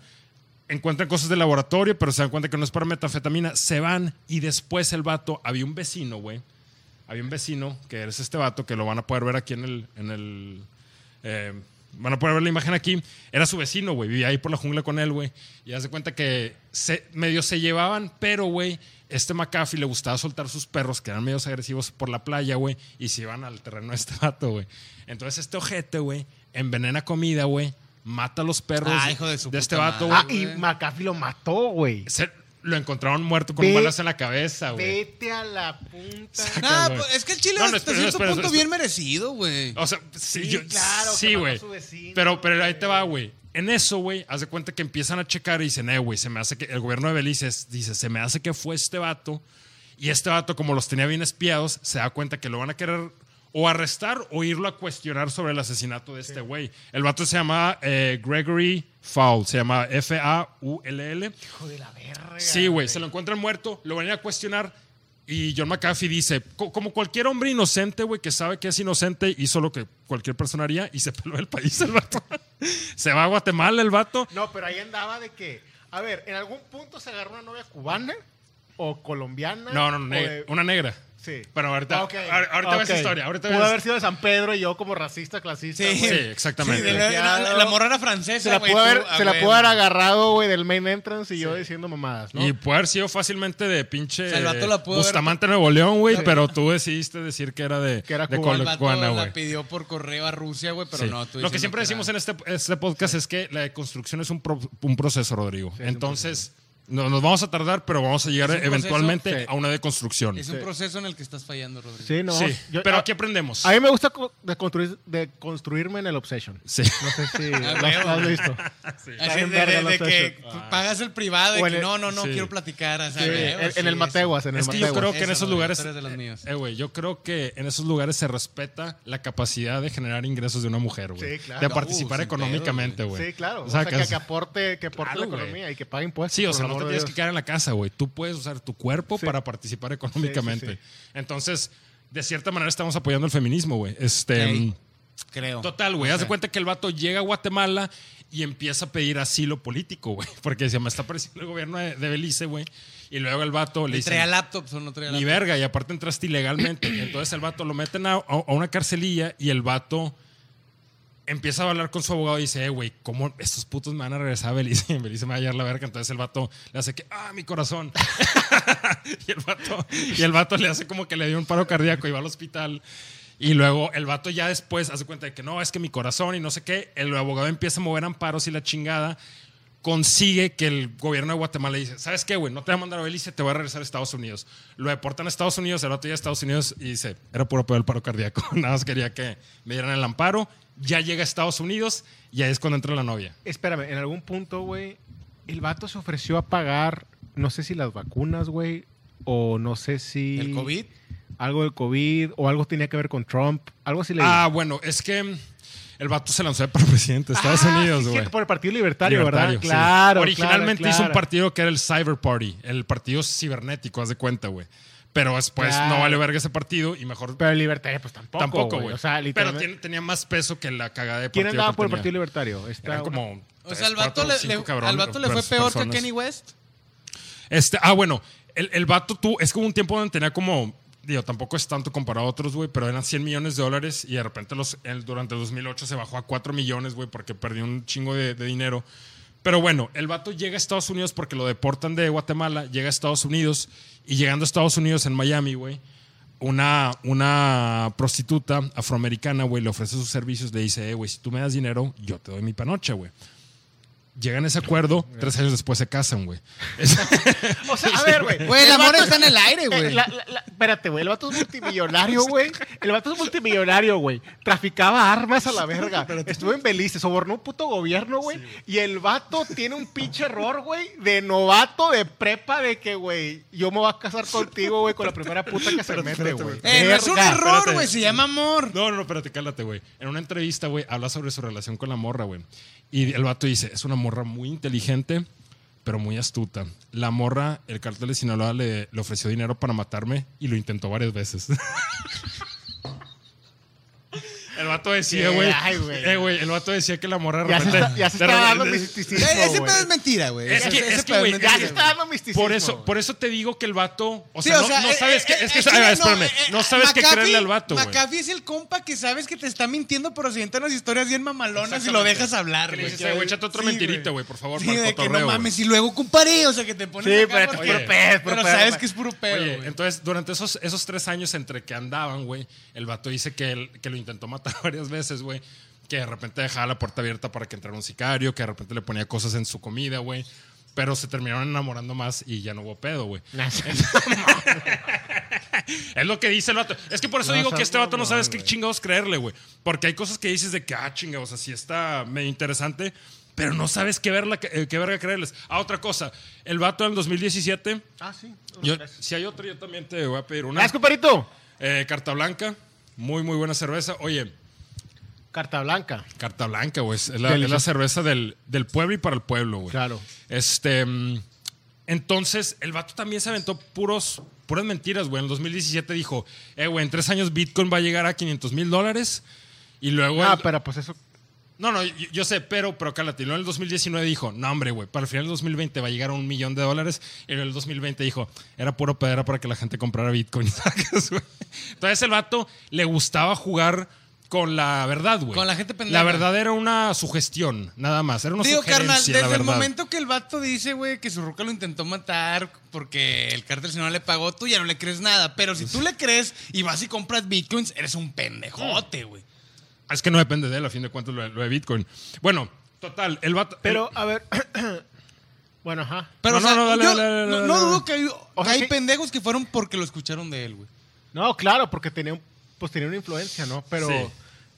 Speaker 2: Encuentran cosas de laboratorio, pero se dan cuenta que no es para metanfetamina. Se van y después el vato, había un vecino, güey. Había un vecino que es este vato que lo van a poder ver aquí en el. En el eh, van a poder ver la imagen aquí. Era su vecino, güey. Vivía ahí por la jungla con él, güey. Y hace cuenta que se, medio se llevaban, pero, güey, este McAfee le gustaba soltar sus perros, que eran medios agresivos, por la playa, güey. Y se iban al terreno de este vato, güey. Entonces este ojete, güey, envenena comida, güey. Mata a los perros
Speaker 3: Ah, hijo de su
Speaker 2: este
Speaker 3: puta
Speaker 2: vato,
Speaker 4: Ah,
Speaker 2: güey.
Speaker 4: y
Speaker 3: güey.
Speaker 4: McAfee lo mató, güey.
Speaker 2: Se- Lo encontraron muerto con
Speaker 4: Ve-
Speaker 2: un balazo en la cabeza, güey.
Speaker 4: Vete a la punta.
Speaker 3: Nah,
Speaker 2: güey.
Speaker 3: pues, es que el Chile
Speaker 2: No, no,
Speaker 3: hasta
Speaker 2: espera,
Speaker 3: cierto
Speaker 2: espera,
Speaker 3: punto
Speaker 2: espera. Oh,
Speaker 3: bien merecido, güey.
Speaker 2: O sea, sí,
Speaker 4: Sí,
Speaker 2: yo-
Speaker 4: claro, que
Speaker 2: sí,
Speaker 4: mató a
Speaker 2: güey.
Speaker 4: su vecino,
Speaker 2: Pero, pero ahí te va, güey. En eso, güey, haz de cuenta que empiezan a checar y dicen, eh, güey, se me hace que el gobierno de Belice es- dice, se me hace que fue este vato. Y este vato, como los tenía bien espiados, se da cuenta que lo van a querer o arrestar o irlo a cuestionar sobre el asesinato de este güey. El vato se llama eh, Gregory Fowl, se llama F-A-U-L-L. l l
Speaker 4: Hijo de la verga.
Speaker 2: Sí, güey, se lo encuentran muerto, lo van a ir a cuestionar y John McAfee dice, co- como cualquier hombre inocente, güey, que sabe que es inocente, hizo lo que cualquier persona haría y se peló el país el vato. se va a Guatemala el vato.
Speaker 4: No, pero ahí andaba de que, a ver, en algún punto se agarró una novia cubana o colombiana.
Speaker 2: No, no,
Speaker 4: o
Speaker 2: neg-
Speaker 4: de-
Speaker 2: una negra.
Speaker 4: Sí.
Speaker 2: Pero ahorita,
Speaker 4: Ah, ok.
Speaker 2: ahor- ahorita ves
Speaker 4: Ok.
Speaker 2: historia, ahorita
Speaker 4: Pudo
Speaker 2: ves-
Speaker 4: haber sido de San Pedro y yo como racista, clasista.
Speaker 3: Sí.
Speaker 4: güey.
Speaker 2: Sí, exactamente.
Speaker 3: Sí, la, la- la- la morra era francesa,
Speaker 4: Se la
Speaker 3: güey,
Speaker 4: pudo haber,
Speaker 3: tú, ah,
Speaker 4: se la
Speaker 3: güey.
Speaker 4: pudo haber agarrado, güey, del main entrance y yo diciendo mamadas, ¿no?
Speaker 2: Y puede haber sido fácilmente de pinche
Speaker 3: O sea, el vato la pudo haber-
Speaker 2: Bustamante Nuevo León, güey, pero tú decidiste decir que era de,
Speaker 4: Que era
Speaker 2: de
Speaker 4: cubana.
Speaker 2: Colo-
Speaker 3: El vato
Speaker 2: cubana, güey.
Speaker 3: la pidió por correo a Rusia, güey, pero
Speaker 2: Sí.
Speaker 3: no.
Speaker 2: Lo que siempre decimos en este, este podcast es que la deconstrucción es un, pro- un proceso, Rodrigo. Entonces, no- nos vamos a tardar, pero vamos a llegar
Speaker 3: Es un
Speaker 2: eventualmente
Speaker 4: proceso. Sí.
Speaker 2: a una deconstrucción.
Speaker 3: Es un proceso en el que estás fallando, Rodrigo.
Speaker 4: Sí, no.
Speaker 2: Sí,
Speaker 4: yo-
Speaker 2: pero
Speaker 4: a-
Speaker 2: aquí aprendemos.
Speaker 4: A mí me gusta co- de, construir, de construirme en el Obsession.
Speaker 2: Sí.
Speaker 4: No sé si lo
Speaker 3: Ah,
Speaker 4: lo
Speaker 3: huevo,
Speaker 4: has
Speaker 3: güey.
Speaker 4: visto.
Speaker 3: Así
Speaker 4: Está bien
Speaker 3: de,
Speaker 4: verga
Speaker 3: de-
Speaker 4: los
Speaker 3: de que
Speaker 4: hechos.
Speaker 3: p- pagas el privado, de
Speaker 4: O en
Speaker 3: que
Speaker 4: el-
Speaker 3: no, no, no
Speaker 2: Ah. sí.
Speaker 3: quiero platicar. o sea,
Speaker 4: Sí,
Speaker 3: güey,
Speaker 4: en, en el
Speaker 3: sí,
Speaker 4: Mateguas, en el
Speaker 2: Es que yo
Speaker 4: Mateguas.
Speaker 2: creo que en
Speaker 3: Eso,
Speaker 2: esos
Speaker 3: güey,
Speaker 2: lugares.
Speaker 3: tú eres de los míos.
Speaker 2: Eh, güey, yo creo que en esos lugares se respeta la capacidad de generar ingresos de una mujer, güey.
Speaker 4: Sí, claro.
Speaker 2: De
Speaker 4: Uh,
Speaker 2: participar
Speaker 3: sin
Speaker 2: económicamente,
Speaker 3: pedo,
Speaker 2: güey.
Speaker 4: Sí, claro. O sea,
Speaker 2: Sacas.
Speaker 4: que, que aporte, que aporte
Speaker 2: Claro,
Speaker 4: la
Speaker 2: güey.
Speaker 4: economía y que pague impuestos.
Speaker 2: Sí, o
Speaker 4: por
Speaker 2: sea,
Speaker 4: el
Speaker 2: no te
Speaker 4: amor de
Speaker 2: tienes que
Speaker 4: Dios.
Speaker 2: quedar en la casa, güey. Tú puedes usar tu cuerpo
Speaker 4: Sí.
Speaker 2: para participar económicamente.
Speaker 4: Sí, sí,
Speaker 2: Entonces, de cierta manera estamos apoyando el feminismo, güey. Este.
Speaker 3: Ey. Creo.
Speaker 2: Total, güey. Haz de cuenta que el vato llega a Guatemala y empieza a pedir asilo político, güey. Porque se me está apareciendo el gobierno de, de Belice, güey. Y luego el vato le
Speaker 3: ¿Y
Speaker 2: dice.
Speaker 3: traía laptops o no traía
Speaker 2: Ni
Speaker 3: laptops?
Speaker 2: verga, y aparte entraste ilegalmente. Entonces el vato lo meten a, a- a una carcelilla y el vato empieza a hablar con su abogado y dice, eh, güey, ¿cómo estos putos me van a regresar a Belice? Y en Belice me va a hallar la verga. Entonces el vato le hace que, ah, mi corazón. y, el vato, y el vato le hace como que le dio un paro cardíaco y va al hospital. Y luego el vato ya después hace cuenta de que no, es que mi corazón y no sé qué. El abogado empieza a mover amparos y la chingada consigue que el gobierno de Guatemala dice, ¿sabes qué, güey? No te voy a mandar a Belice, te voy a regresar a Estados Unidos. Lo deportan a Estados Unidos, el otro día a Estados Unidos y dice, era puro pedo el paro cardíaco, nada más quería que me dieran el amparo, ya llega a Estados Unidos y ahí es cuando entra la novia.
Speaker 4: Espérame, en algún punto, güey, el vato se ofreció a pagar no sé si las vacunas, güey, o no sé si...
Speaker 3: ¿El COVID?
Speaker 4: Algo del COVID, o algo tenía que ver con Trump, algo así le
Speaker 2: Ah, bueno, es que el vato se lanzó para presidente de Estados
Speaker 4: Ah,
Speaker 2: Unidos,
Speaker 4: sí,
Speaker 2: güey.
Speaker 4: cierto, por el Partido Libertario,
Speaker 2: Libertario,
Speaker 4: ¿verdad?
Speaker 2: sí.
Speaker 4: Claro.
Speaker 2: Originalmente
Speaker 4: claro,
Speaker 2: hizo un
Speaker 4: claro.
Speaker 2: partido que era el Cyber Party, el partido cibernético, haz de cuenta, güey. Pero después
Speaker 4: Claro.
Speaker 2: no vale verga ese partido y mejor
Speaker 4: Pero el Libertario, pues tampoco.
Speaker 2: tampoco, güey.
Speaker 4: O sea,
Speaker 2: Pero
Speaker 4: literalmente.
Speaker 2: tiene- tenía más peso que la cagada de partido.
Speaker 4: ¿Quién andaba
Speaker 2: que
Speaker 4: por el
Speaker 2: tenía.
Speaker 4: Partido Libertario? Este, Está
Speaker 2: Eran
Speaker 4: una-
Speaker 2: como.
Speaker 3: O sea,
Speaker 2: tres,
Speaker 3: al vato,
Speaker 2: cuatro,
Speaker 3: le,
Speaker 2: cinco
Speaker 3: le-
Speaker 2: cabrón-
Speaker 3: al vato le fue
Speaker 2: pers-
Speaker 3: peor que
Speaker 2: personas.
Speaker 3: Kenny West.
Speaker 2: Este, ah, bueno, el, el vato tú, es como un tiempo donde tenía como, digo, tampoco es tanto comparado a otros, güey, pero eran 100 millones de dólares y de repente los, el- durante 2008 se bajó a 4 millones, güey, porque perdió un chingo de, de dinero. Pero bueno, el vato llega a Estados Unidos porque lo deportan de Guatemala, llega a Estados Unidos y llegando a Estados Unidos en Miami, güey, una, una prostituta afroamericana, güey, le ofrece sus servicios, le dice, eh, güey, si tú me das dinero, yo te doy mi panocha, güey. Llegan a ese acuerdo, tres años después se casan, güey.
Speaker 4: O sea, a ver, güey.
Speaker 3: Güey, el amor está en el aire,
Speaker 4: Eh,
Speaker 3: güey.
Speaker 4: la- la- la- espérate, güey. El vato es multimillonario, güey. El vato es multimillonario, güey. Traficaba armas a la verga. Estuvo en Belice, sobornó un puto gobierno, güey. y el vato tiene un pinche error, güey, de novato, de prepa, de que, güey, yo me voy a casar contigo, güey, con la primera puta que se mete, güey.
Speaker 3: Eh, no es un
Speaker 4: Verga.
Speaker 3: error,
Speaker 2: espérate.
Speaker 3: güey, se llama amor.
Speaker 2: No, no, no, espérate, cálate, güey. En una entrevista, güey, habla sobre su relación con la morra, güey. Y el vato dice, es una morra muy inteligente, pero muy astuta. La morra, el cartel de Sinaloa le, le ofreció dinero para matarme y lo intentó varias veces. El vato decía,
Speaker 4: Sí,
Speaker 2: güey.
Speaker 4: ay, güey.
Speaker 2: eh, güey, el vato decía que la morra de
Speaker 4: Ya se
Speaker 2: repente.
Speaker 4: está- ya se
Speaker 2: de
Speaker 4: está
Speaker 2: repente-
Speaker 4: dando
Speaker 3: Eh,
Speaker 4: misticismo,
Speaker 3: Ese
Speaker 4: güey.
Speaker 3: pedo es mentira, güey.
Speaker 2: Es
Speaker 3: Ese-
Speaker 2: que-
Speaker 3: ese
Speaker 2: es que,
Speaker 3: pedo
Speaker 2: güey,
Speaker 4: Ya
Speaker 2: Sí,
Speaker 4: se
Speaker 3: mentira,
Speaker 4: está
Speaker 3: güey.
Speaker 4: dando misticismo.
Speaker 2: Por eso,
Speaker 4: güey.
Speaker 2: por eso te digo que el vato. O
Speaker 3: Sí,
Speaker 2: sea,
Speaker 3: o sea,
Speaker 2: no, no
Speaker 3: eh,
Speaker 2: sabes
Speaker 3: eh,
Speaker 2: que. Es que,
Speaker 3: eh, Chile,
Speaker 2: ah, espérame,
Speaker 3: eh, eh,
Speaker 2: no sabes qué
Speaker 3: McAfee-
Speaker 2: creerle al vato, güey.
Speaker 3: McAfee es el compa que sabes que te está mintiendo, pero se inventan las historias bien mamalonas y lo dejas hablar,
Speaker 2: Que le
Speaker 3: güey.
Speaker 2: dices, "Eh, güey, échate otra
Speaker 3: Sí,
Speaker 2: mentirita, güey, por favor,
Speaker 3: Sí,
Speaker 2: para el
Speaker 3: de que
Speaker 2: cotorreo,
Speaker 3: no
Speaker 2: güey".
Speaker 3: mames, y luego comparé, o sea, que te pones
Speaker 4: Sí,
Speaker 3: acá
Speaker 4: pero
Speaker 3: porque-
Speaker 2: es puro
Speaker 4: pedo, es puro
Speaker 3: Pero
Speaker 4: pedo,
Speaker 3: sabes
Speaker 4: güey.
Speaker 3: que es puro pedo,
Speaker 2: Oye,
Speaker 3: güey.
Speaker 2: entonces durante esos, esos tres años entre que andaban, güey, el vato dice que, él- que lo intentó matar varias veces, güey. Que de repente dejaba la puerta abierta para que entrara un sicario, que de repente le ponía cosas en su comida, güey. Pero se terminaron enamorando más y ya no hubo pedo, güey. Es lo que dice el vato. Es que por eso
Speaker 4: No,
Speaker 2: digo que
Speaker 4: seas
Speaker 2: este vato no
Speaker 4: mamón,
Speaker 2: sabes qué
Speaker 4: güey.
Speaker 2: chingados creerle, güey. Porque hay cosas que dices de que, ah, chingados, así está medio interesante, pero no sabes qué, verla, eh, qué verga creerles. Ah, otra cosa. El vato en 2017,
Speaker 4: Ah, sí.
Speaker 2: yo- si hay otro, yo también te voy a pedir una.
Speaker 4: Gracias, compadrito.
Speaker 2: Eh, carta blanca, muy, muy buena cerveza. Oye,
Speaker 4: Carta blanca.
Speaker 2: carta blanca, güey. Es la,
Speaker 4: Delicioso.
Speaker 2: es la cerveza del, del pueblo y para el pueblo, güey.
Speaker 4: Claro.
Speaker 2: Este. mm, Entonces, el vato también se aventó puros, puras mentiras, güey. En el 2017 dijo, eh, güey, en tres años Bitcoin va a llegar a 500 mil dólares. Y luego.
Speaker 4: Ah,
Speaker 2: el-
Speaker 4: pero pues eso.
Speaker 2: No, no, yo, yo sé, pero, pero cálate. Y luego en el 2019 dijo, no, hombre, güey, para el final del 2020 va a llegar a un millón de dólares. Y en el 2020 dijo, era puro pedera para que la gente comprara Bitcoin. ¿sacas, güey? Entonces el vato le gustaba jugar con la verdad, güey.
Speaker 3: Con la gente pendeja.
Speaker 2: La verdad era una sugestión, nada más. Era una
Speaker 3: Digo,
Speaker 2: sugerencia,
Speaker 3: carnal,
Speaker 2: la
Speaker 3: desde el
Speaker 2: verdad.
Speaker 3: momento que el vato dice, güey, que su ruca lo intentó matar porque el cártel si no le pagó, tú ya no le crees nada. Pero si tú le crees y vas y compras bitcoins, eres un pendejote, güey.
Speaker 2: Es que no depende de él, a fin de cuentas, lo, de- lo de Bitcoin. Bueno, total, el vato...
Speaker 4: Pero, a ver. bueno, ajá.
Speaker 3: Pero,
Speaker 2: No,
Speaker 3: o sea,
Speaker 2: no, no, dale,
Speaker 3: yo
Speaker 2: dale, dale,
Speaker 3: no-
Speaker 2: dale,
Speaker 3: no
Speaker 2: dale.
Speaker 3: dudo que hay,
Speaker 4: O sea
Speaker 3: hay
Speaker 4: que-
Speaker 3: pendejos que fueron porque lo escucharon de él, güey.
Speaker 4: No, claro, porque tenía un- pues tenía una influencia, ¿no? Pero,
Speaker 2: Sí.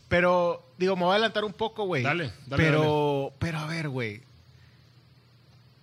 Speaker 4: pero digo, me voy a adelantar un poco, güey.
Speaker 2: Dale, dale,
Speaker 4: Pero, pero a ver, güey.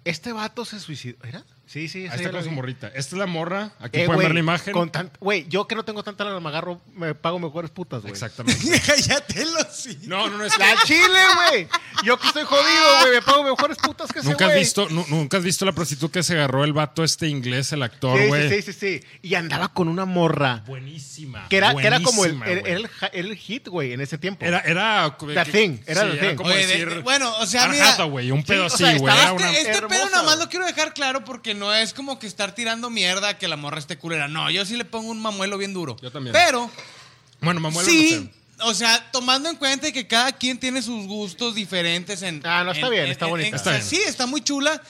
Speaker 4: Este vato se suicidó, ¿era? Sí, sí,
Speaker 2: Ahí
Speaker 4: esa
Speaker 2: está
Speaker 4: ya la
Speaker 2: con su
Speaker 4: vi.
Speaker 2: morrita. Esta es la morra. Aquí pueden
Speaker 4: Eh, güey,
Speaker 2: ver la imagen.
Speaker 4: con tan- Güey, yo que no tengo tanta lana, me agarro, me pago mejores putas, güey.
Speaker 2: Exactamente.
Speaker 3: Cállate lo sí.
Speaker 2: No, no, no, es que-
Speaker 4: La chile, güey. Yo que estoy jodido, güey, me pago mejores putas que ese,
Speaker 2: ¿Nunca has,
Speaker 4: güey.
Speaker 2: visto, nu- ¿Nunca has visto la prostituta que se agarró el vato este inglés, el actor,
Speaker 4: Sí,
Speaker 2: güey?
Speaker 4: sí, sí, sí, sí. Y andaba con una morra.
Speaker 2: Buenísima.
Speaker 4: Que era, que era como el,
Speaker 2: buenísima,
Speaker 4: el-
Speaker 2: güey.
Speaker 4: el ja- el hit, güey, en ese tiempo.
Speaker 2: Era, era...
Speaker 4: The Thing, era The Thing.
Speaker 2: como
Speaker 3: Oye, de-
Speaker 2: decir...
Speaker 3: de- bueno, o sea,
Speaker 2: Anne
Speaker 3: mira-
Speaker 2: Hathaway, un
Speaker 4: Sí,
Speaker 2: pedo
Speaker 4: o sea,
Speaker 2: así, güey.
Speaker 4: estaba
Speaker 2: Era
Speaker 4: este-
Speaker 2: una...
Speaker 3: Este
Speaker 4: hermosa,
Speaker 3: pedo nada más
Speaker 4: güey.
Speaker 3: lo quiero dejar claro porque no es como que estar tirando mierda que la morra esté culera. No, yo sí le pongo un mamuelo bien duro.
Speaker 2: Yo también.
Speaker 3: Pero
Speaker 2: Bueno, Mamuel
Speaker 3: sí, o sea, tomando en cuenta que cada quien tiene sus gustos diferentes en.
Speaker 4: Ah, no, está
Speaker 3: en-
Speaker 4: bien,
Speaker 3: en-
Speaker 4: está
Speaker 3: en-
Speaker 4: bonita.
Speaker 3: en-
Speaker 2: Está
Speaker 3: o
Speaker 2: bien.
Speaker 3: sea, sí, está muy chula.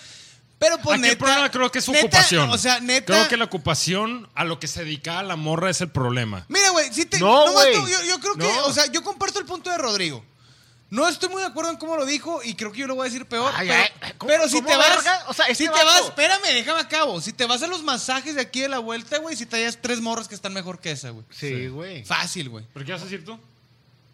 Speaker 3: Pero pues
Speaker 2: Aquí
Speaker 3: neta.
Speaker 2: el problema creo que es su
Speaker 3: neta,
Speaker 2: ocupación.
Speaker 3: O sea, neta.
Speaker 2: Creo que la ocupación a lo que se dedicaba la morra es el problema.
Speaker 3: Mira, güey, sí te.
Speaker 4: No,
Speaker 3: nomás
Speaker 4: güey.
Speaker 3: tú- yo, yo creo que.
Speaker 4: No.
Speaker 3: O sea, yo comparto el punto de Rodrigo. No estoy muy de acuerdo en cómo lo dijo y creo que yo lo voy a decir peor.
Speaker 4: Ay,
Speaker 3: pero
Speaker 4: ay, ¿cómo-
Speaker 3: pero si
Speaker 4: cómo
Speaker 3: te vas.
Speaker 4: verga? O sea, este
Speaker 3: si te
Speaker 4: vato-
Speaker 3: vas, espérame, déjame a cabo. Si te vas a los masajes de aquí de la vuelta, güey, si te hallas tres morras que están mejor que esa, güey.
Speaker 4: Sí, güey.
Speaker 3: Fácil, güey.
Speaker 2: ¿Pero qué vas a decir tú?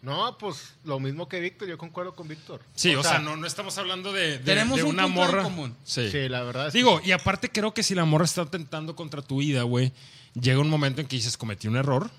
Speaker 4: No, pues lo mismo que Víctor, yo concuerdo con Víctor.
Speaker 2: Sí, o, sea, no, no estamos hablando de, de-
Speaker 3: Tenemos
Speaker 2: de
Speaker 3: un
Speaker 2: una
Speaker 3: punto en
Speaker 2: morra.
Speaker 3: común.
Speaker 2: Sí.
Speaker 4: Sí, la verdad es que-
Speaker 2: Digo, y aparte creo que si la morra está tentando contra tu vida, güey, llega un momento en que dices, cometí un error,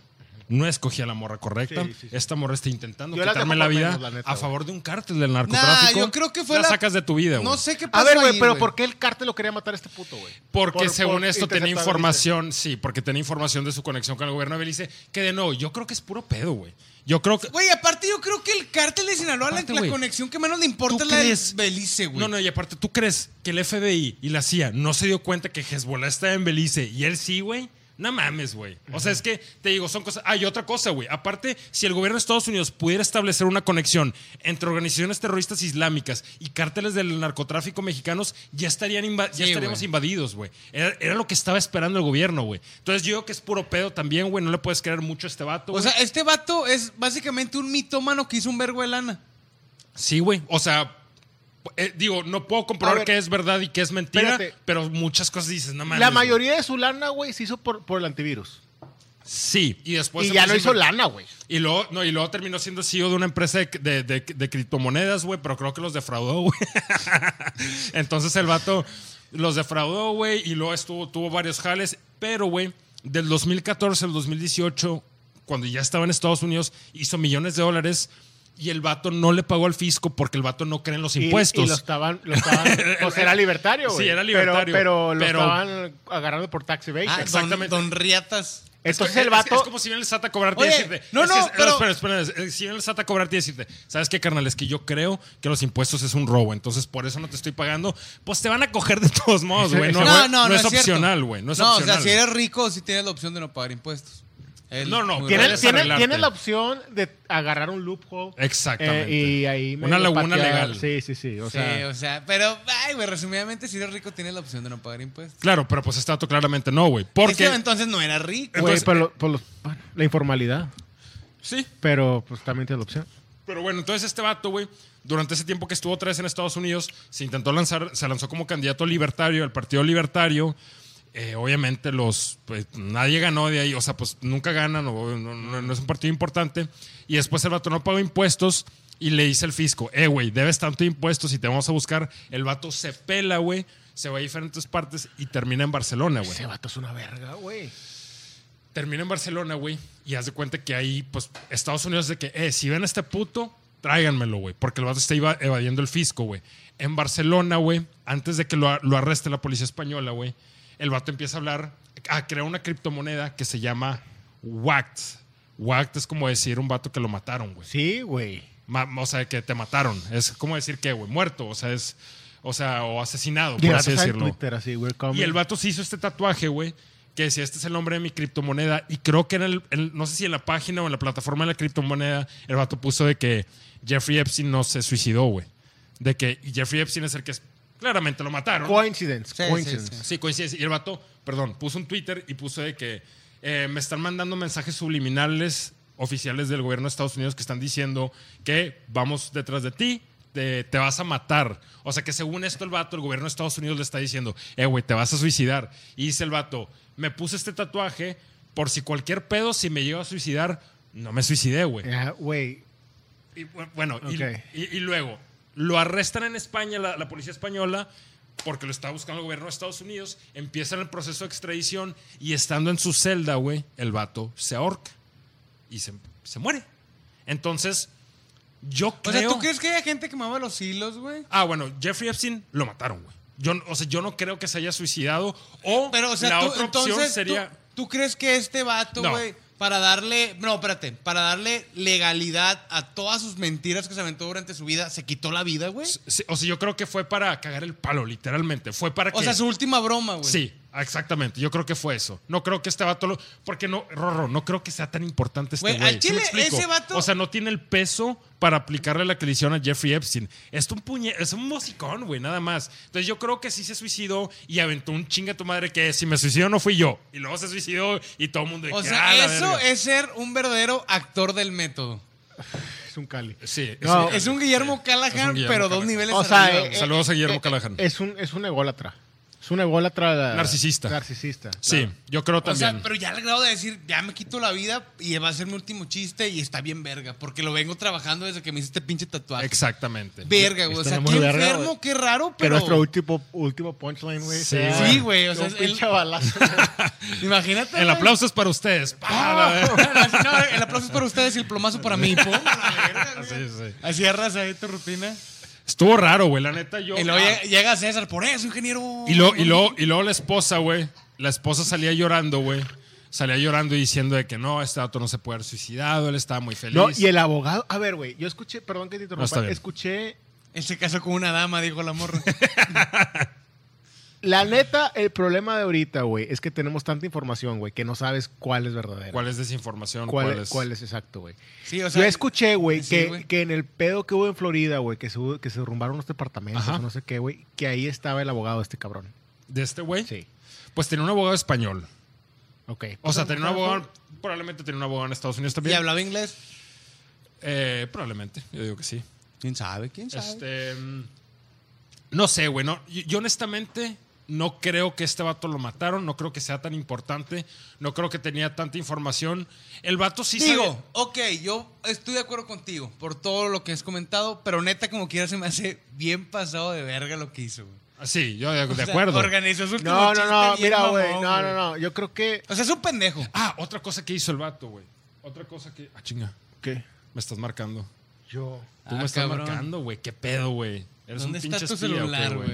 Speaker 2: no escogí a la morra correcta,
Speaker 4: Sí, sí, sí.
Speaker 2: esta morra está intentando
Speaker 4: Yo la
Speaker 2: quitarme
Speaker 4: dejo
Speaker 2: la
Speaker 4: por
Speaker 2: vida
Speaker 4: menos, la neta,
Speaker 2: a
Speaker 4: güey.
Speaker 2: favor de un cártel del narcotráfico.
Speaker 3: yo creo que fue
Speaker 2: la,
Speaker 3: la-
Speaker 2: sacas de tu vida, güey.
Speaker 3: No sé qué
Speaker 4: A
Speaker 3: pasó
Speaker 4: ver, güey,
Speaker 3: ahí,
Speaker 4: pero ¿por qué el cártel lo quería matar a este puto, güey?
Speaker 2: Porque
Speaker 4: Por-
Speaker 2: según
Speaker 4: por
Speaker 2: esto tenía
Speaker 4: interceptar,
Speaker 2: información, sí, porque tenía información de su conexión con el gobierno de Belice, que de nuevo, yo creo que es puro pedo, güey. Yo creo que...
Speaker 3: Güey, aparte yo creo que el cártel de Sinaloa, la-
Speaker 2: Aparte,
Speaker 3: la,
Speaker 2: güey,
Speaker 3: conexión que menos le importa
Speaker 2: ¿tú
Speaker 3: es la de
Speaker 2: crees?
Speaker 3: Belice, güey.
Speaker 2: No, no, y aparte, ¿tú crees que el FBI y la CIA no se dio cuenta que Hezbollah estaba en Belice y él sí, güey? No mames, güey. O sea, es que te digo, son cosas. Hay otra cosa, güey. Aparte, si el gobierno de Estados Unidos pudiera establecer una conexión entre organizaciones terroristas islámicas y cárteles del narcotráfico mexicanos, ya, estarían inva- ya
Speaker 3: Sí,
Speaker 2: estaríamos
Speaker 3: güey.
Speaker 2: invadidos, güey. Era, era lo que estaba esperando el gobierno, güey. Entonces, yo creo que es puro pedo también, güey. No le puedes creer mucho a este vato.
Speaker 3: O
Speaker 2: güey.
Speaker 3: sea, este vato es básicamente un mitómano que hizo un vergo de lana.
Speaker 2: Sí, güey. O sea, eh, digo, no puedo
Speaker 4: A
Speaker 2: comprobar
Speaker 4: ver.
Speaker 2: que es verdad y que es mentira,
Speaker 4: Espérate.
Speaker 2: pero muchas cosas dices, no mames.
Speaker 4: La
Speaker 2: güey.
Speaker 4: mayoría de su lana, güey, se hizo por, por el antivirus.
Speaker 2: Sí, y después.
Speaker 4: y ya
Speaker 2: empezó
Speaker 4: no
Speaker 2: a
Speaker 4: hizo
Speaker 2: inver-
Speaker 4: lana, güey.
Speaker 2: Y luego, no, y luego terminó siendo CEO de una empresa de, de- de- de criptomonedas, güey, pero creo que los defraudó, güey. Entonces el vato los defraudó, güey, y luego estuvo, tuvo varios jales, pero, güey, del 2014 al 2018, cuando ya estaba en Estados Unidos, hizo millones de dólares. Y el vato no le pagó al fisco porque el vato no cree en los
Speaker 4: Y-
Speaker 2: impuestos.
Speaker 4: Y, lo estaban. Lo estaban pues era libertario,
Speaker 2: Sí,
Speaker 4: güey.
Speaker 2: era libertario,
Speaker 4: Pero, pero lo
Speaker 2: pero-
Speaker 4: estaban agarrando por tax
Speaker 3: Ah,
Speaker 4: evasion.
Speaker 2: exactamente.
Speaker 3: Don, don Riatas.
Speaker 4: Entonces
Speaker 2: Eh, Es-
Speaker 4: el
Speaker 2: es-
Speaker 4: vato.
Speaker 2: Es, como si viene el SAT a cobrarte y
Speaker 3: Pues Oye,
Speaker 2: decirte.
Speaker 3: no,
Speaker 2: es que
Speaker 3: no,
Speaker 2: es-
Speaker 3: pero-
Speaker 2: Espera, espera. es- Si viene el SAT a cobrarte y decirte, ¿sabes qué, carnal? Es que yo creo que los impuestos es un robo, entonces por eso no te estoy pagando. Pues te van a coger de todos modos, güey. No,
Speaker 4: No,
Speaker 2: güey, no es,
Speaker 3: cierto.
Speaker 2: opcional, güey. No es
Speaker 3: No,
Speaker 2: opcional.
Speaker 3: o sea, si eres rico, sí tienes la opción de no pagar impuestos. Es
Speaker 2: No, no,
Speaker 3: muy
Speaker 2: tiene-
Speaker 4: Tienen,
Speaker 3: raro.
Speaker 4: tienen-
Speaker 2: arreglarte.
Speaker 4: tienen la opción de agarrar un loophole.
Speaker 2: Exactamente.
Speaker 4: eh, y ahí
Speaker 2: Una
Speaker 4: medio
Speaker 2: laguna legal.
Speaker 4: Sí, sí, sí. O
Speaker 3: Sí,
Speaker 4: sea,
Speaker 3: o sea, pero, ay, güey, resumidamente, si eres rico, tienes la opción de no pagar impuestos.
Speaker 2: Claro, pero pues Estato claramente no, güey.
Speaker 3: Este,
Speaker 2: Porque.
Speaker 3: entonces no era rico.
Speaker 4: güey,
Speaker 2: entonces, eh,
Speaker 4: pero lo- por los- bueno, la informalidad.
Speaker 2: Sí,
Speaker 4: Pero pues también tiene la opción.
Speaker 2: Pero bueno, entonces este vato, güey, durante ese tiempo que estuvo otra vez en Estados Unidos, se intentó lanzar, se lanzó como candidato libertario al Partido Libertario. Eh, obviamente los pues, nadie ganó de ahí, o sea, pues nunca ganan, o no, no- no es un partido importante. Y después el vato no pagó impuestos y le dice el fisco, eh, güey, debes tanto de impuestos y te vamos a buscar. El vato se pela, güey, se va a diferentes partes y termina en Barcelona, güey
Speaker 4: Ese vato es una verga, güey.
Speaker 2: termina en Barcelona, güey, y haz de cuenta que ahí, pues, Estados Unidos de que, eh, si ven a este puto, tráiganmelo, güey, porque el vato está iba- evadiendo el fisco, güey. En Barcelona, güey, antes de que lo, a- lo arreste la policía española, güey, el vato empieza a hablar, a crear una criptomoneda que se llama WACT. WACT es como decir un vato que lo mataron, güey.
Speaker 4: Sí, güey.
Speaker 2: Ma- O sea, que te mataron. Es como decir que, güey, muerto, o sea, es, o sea, o asesinado,
Speaker 4: Y el
Speaker 2: por
Speaker 4: vato
Speaker 2: así
Speaker 4: está en
Speaker 2: decirlo.
Speaker 4: Twitter, así, we're coming.
Speaker 2: Y el vato se hizo este tatuaje, güey, que decía, este es el nombre de mi criptomoneda. Y creo que en el, en- no sé si en la página o en la plataforma de la criptomoneda, el vato puso de que Jeffrey Epstein no se suicidó, güey. De que Jeffrey Epstein es el que es- claramente lo mataron.
Speaker 4: Coincidence,
Speaker 3: Sí, sí,
Speaker 4: coincidence.
Speaker 3: sí.
Speaker 2: Sí, coincidencia. Y el vato, perdón, puso un Twitter y puso de que eh, me están mandando mensajes subliminales oficiales del gobierno de Estados Unidos que están diciendo que vamos detrás de ti, te, te vas a matar. O sea que según esto el vato, el gobierno de Estados Unidos le está diciendo, eh, güey, te vas a suicidar. Y dice el vato, me puse este tatuaje por si cualquier pedo, si me llego a suicidar, no me suicidé, güey.
Speaker 4: Ah, Güey,
Speaker 2: Y, bu- bueno, y-
Speaker 4: Ok.
Speaker 2: y, y luego lo arrestan en España, la, la policía española, porque lo está buscando el gobierno de Estados Unidos. Empiezan el proceso de extradición y estando en su celda, güey, el vato se ahorca y se, se muere. Entonces, yo
Speaker 3: O
Speaker 2: creo.
Speaker 3: sea, ¿tú crees que hay gente que mueva los hilos, güey?
Speaker 2: Ah, bueno, Jeffrey Epstein lo mataron, güey. Yo, no- o sea, yo no creo que se haya suicidado. O,
Speaker 3: Pero, o sea,
Speaker 2: la
Speaker 3: tú,
Speaker 2: otra opción
Speaker 3: entonces,
Speaker 2: sería.
Speaker 3: tú, tú crees que este vato,
Speaker 2: No.
Speaker 3: güey, para darle, no, espérate, para darle legalidad a todas sus mentiras que se aventó durante su vida, se quitó la vida, güey?
Speaker 2: Sí, O sea, yo creo que fue para cagar el palo, literalmente. Fue para
Speaker 3: O
Speaker 2: que.
Speaker 3: sea, su última broma, güey.
Speaker 2: Sí, exactamente. Yo creo que fue eso. No creo que este vato lo. Porque no, Rorro, no creo que sea tan importante este
Speaker 3: Güey,
Speaker 2: güey.
Speaker 3: al
Speaker 2: ¿Sí me
Speaker 3: chile,
Speaker 2: explico?
Speaker 3: ese vato-
Speaker 2: O sea, no tiene el peso para aplicarle la que le hicieron a Jeffrey Epstein. Es un puñe, es un mocicón, güey, nada más. Entonces yo creo que sí se suicidó y aventó un chinga a tu madre que si me suicidó no fui yo. Y luego se suicidó y todo el mundo. de
Speaker 3: O
Speaker 2: que, "Ah,
Speaker 3: sea,
Speaker 2: la
Speaker 3: eso
Speaker 2: verga".
Speaker 3: es ser un verdadero actor del método.
Speaker 4: es un cali.
Speaker 2: Sí,
Speaker 4: No,
Speaker 3: Es un Guillermo Callahan,
Speaker 2: Guillermo
Speaker 3: pero dos
Speaker 2: Callahan.
Speaker 3: niveles
Speaker 4: O sea,
Speaker 3: arriba,
Speaker 4: eh,
Speaker 3: güey.
Speaker 2: Saludos a Guillermo
Speaker 4: Eh,
Speaker 2: Callahan.
Speaker 4: Es un, es un ególatra. Es una ególatra.
Speaker 2: Narcisista.
Speaker 4: Narcisista.
Speaker 2: Sí, yo creo
Speaker 3: O
Speaker 2: también.
Speaker 3: sea, pero ya al grado de decir, ya me quito la vida y va a ser mi último chiste y está bien verga, porque lo vengo trabajando desde que me hice este pinche tatuaje.
Speaker 2: Exactamente.
Speaker 3: Verga, güey. O sea,
Speaker 5: Está
Speaker 3: qué
Speaker 5: muy verga,
Speaker 3: enfermo,
Speaker 5: güey.
Speaker 3: qué raro,
Speaker 4: Que
Speaker 3: pero.
Speaker 4: nuestro último, último punchline, güey.
Speaker 2: Sí,
Speaker 4: sea
Speaker 3: Sí, güey, o sea,
Speaker 4: un
Speaker 3: es-
Speaker 4: pinche
Speaker 3: el-
Speaker 4: balazo.
Speaker 3: Imagínate.
Speaker 2: El
Speaker 3: güey.
Speaker 2: aplauso es para ustedes. Pa, la verga.
Speaker 3: Oh, No, el aplauso es para ustedes y el plomazo para mí. Pum, la verga, güey.
Speaker 2: Sí, sí.
Speaker 3: Así arrasa ahí tu rutina.
Speaker 2: Estuvo raro, güey. La neta, yo. ah,
Speaker 3: Y luego llega, llega César, por eso, ingeniero.
Speaker 2: Y luego, y luego- y luego la esposa, güey. La esposa salía llorando, güey. Salía llorando y diciendo de que no, este dato no se puede haber suicidado, él estaba muy feliz.
Speaker 4: No, y el abogado. A ver, güey, yo escuché, perdón que te
Speaker 2: No, está
Speaker 4: interrumpa,
Speaker 2: bien.
Speaker 4: escuché.
Speaker 3: Él se casó con una dama, dijo la morra.
Speaker 4: La neta, el problema de ahorita, güey, es que tenemos tanta información, güey, que no sabes cuál es verdadera.
Speaker 2: ¿Cuál es desinformación?
Speaker 4: ¿Cuál,
Speaker 2: ¿Cuál,
Speaker 4: es?
Speaker 2: es?
Speaker 4: cuál es exacto, güey?
Speaker 3: Sí, o sea.
Speaker 4: Yo escuché, güey,
Speaker 3: sí,
Speaker 4: que,
Speaker 3: güey.
Speaker 4: que en el pedo que hubo en Florida, güey, que se, hubo- que se derrumbaron los departamentos,
Speaker 2: Ajá.
Speaker 4: o no sé qué, güey, que ahí estaba el abogado de este cabrón.
Speaker 2: ¿De este güey?
Speaker 4: Sí.
Speaker 2: Pues tenía un abogado español.
Speaker 4: Ok.
Speaker 2: O sea, tenía un abogado. Probablemente tenía un abogado en Estados Unidos
Speaker 3: ¿Y
Speaker 2: también.
Speaker 3: hablaba inglés?
Speaker 2: Eh, probablemente, yo digo que sí.
Speaker 3: ¿Quién sabe? ¿Quién sabe?
Speaker 2: Este, mm, no sé, güey. no- yo, yo honestamente no creo que este vato lo mataron. No creo que sea tan importante. No creo que tenía tanta información. El vato sí
Speaker 3: Digo,
Speaker 2: sabía-
Speaker 3: ok, yo estoy de acuerdo contigo por todo lo que has comentado, pero neta, como quiera, se me hace bien pasado de verga lo que hizo, güey.
Speaker 2: Ah, Sí, yo de,
Speaker 3: O
Speaker 2: de
Speaker 3: sea,
Speaker 2: acuerdo.
Speaker 3: Organizó su último
Speaker 4: No, no,
Speaker 3: chiste
Speaker 4: no,
Speaker 3: bien
Speaker 4: mira,
Speaker 3: mamón,
Speaker 4: güey. No, no, no. Yo creo que.
Speaker 3: O sea, es un pendejo.
Speaker 2: Ah, otra cosa que hizo el vato, güey. Otra cosa que. Ah, chinga.
Speaker 4: ¿Qué?
Speaker 2: Me estás marcando.
Speaker 4: Yo.
Speaker 2: Tú
Speaker 3: Ah,
Speaker 2: me estás
Speaker 3: cabrón.
Speaker 2: marcando, güey. ¿Qué pedo, güey? Eres
Speaker 3: ¿Dónde
Speaker 2: un
Speaker 3: está
Speaker 2: pinche
Speaker 3: tu
Speaker 2: espía, ¿o qué,
Speaker 3: celular, güey?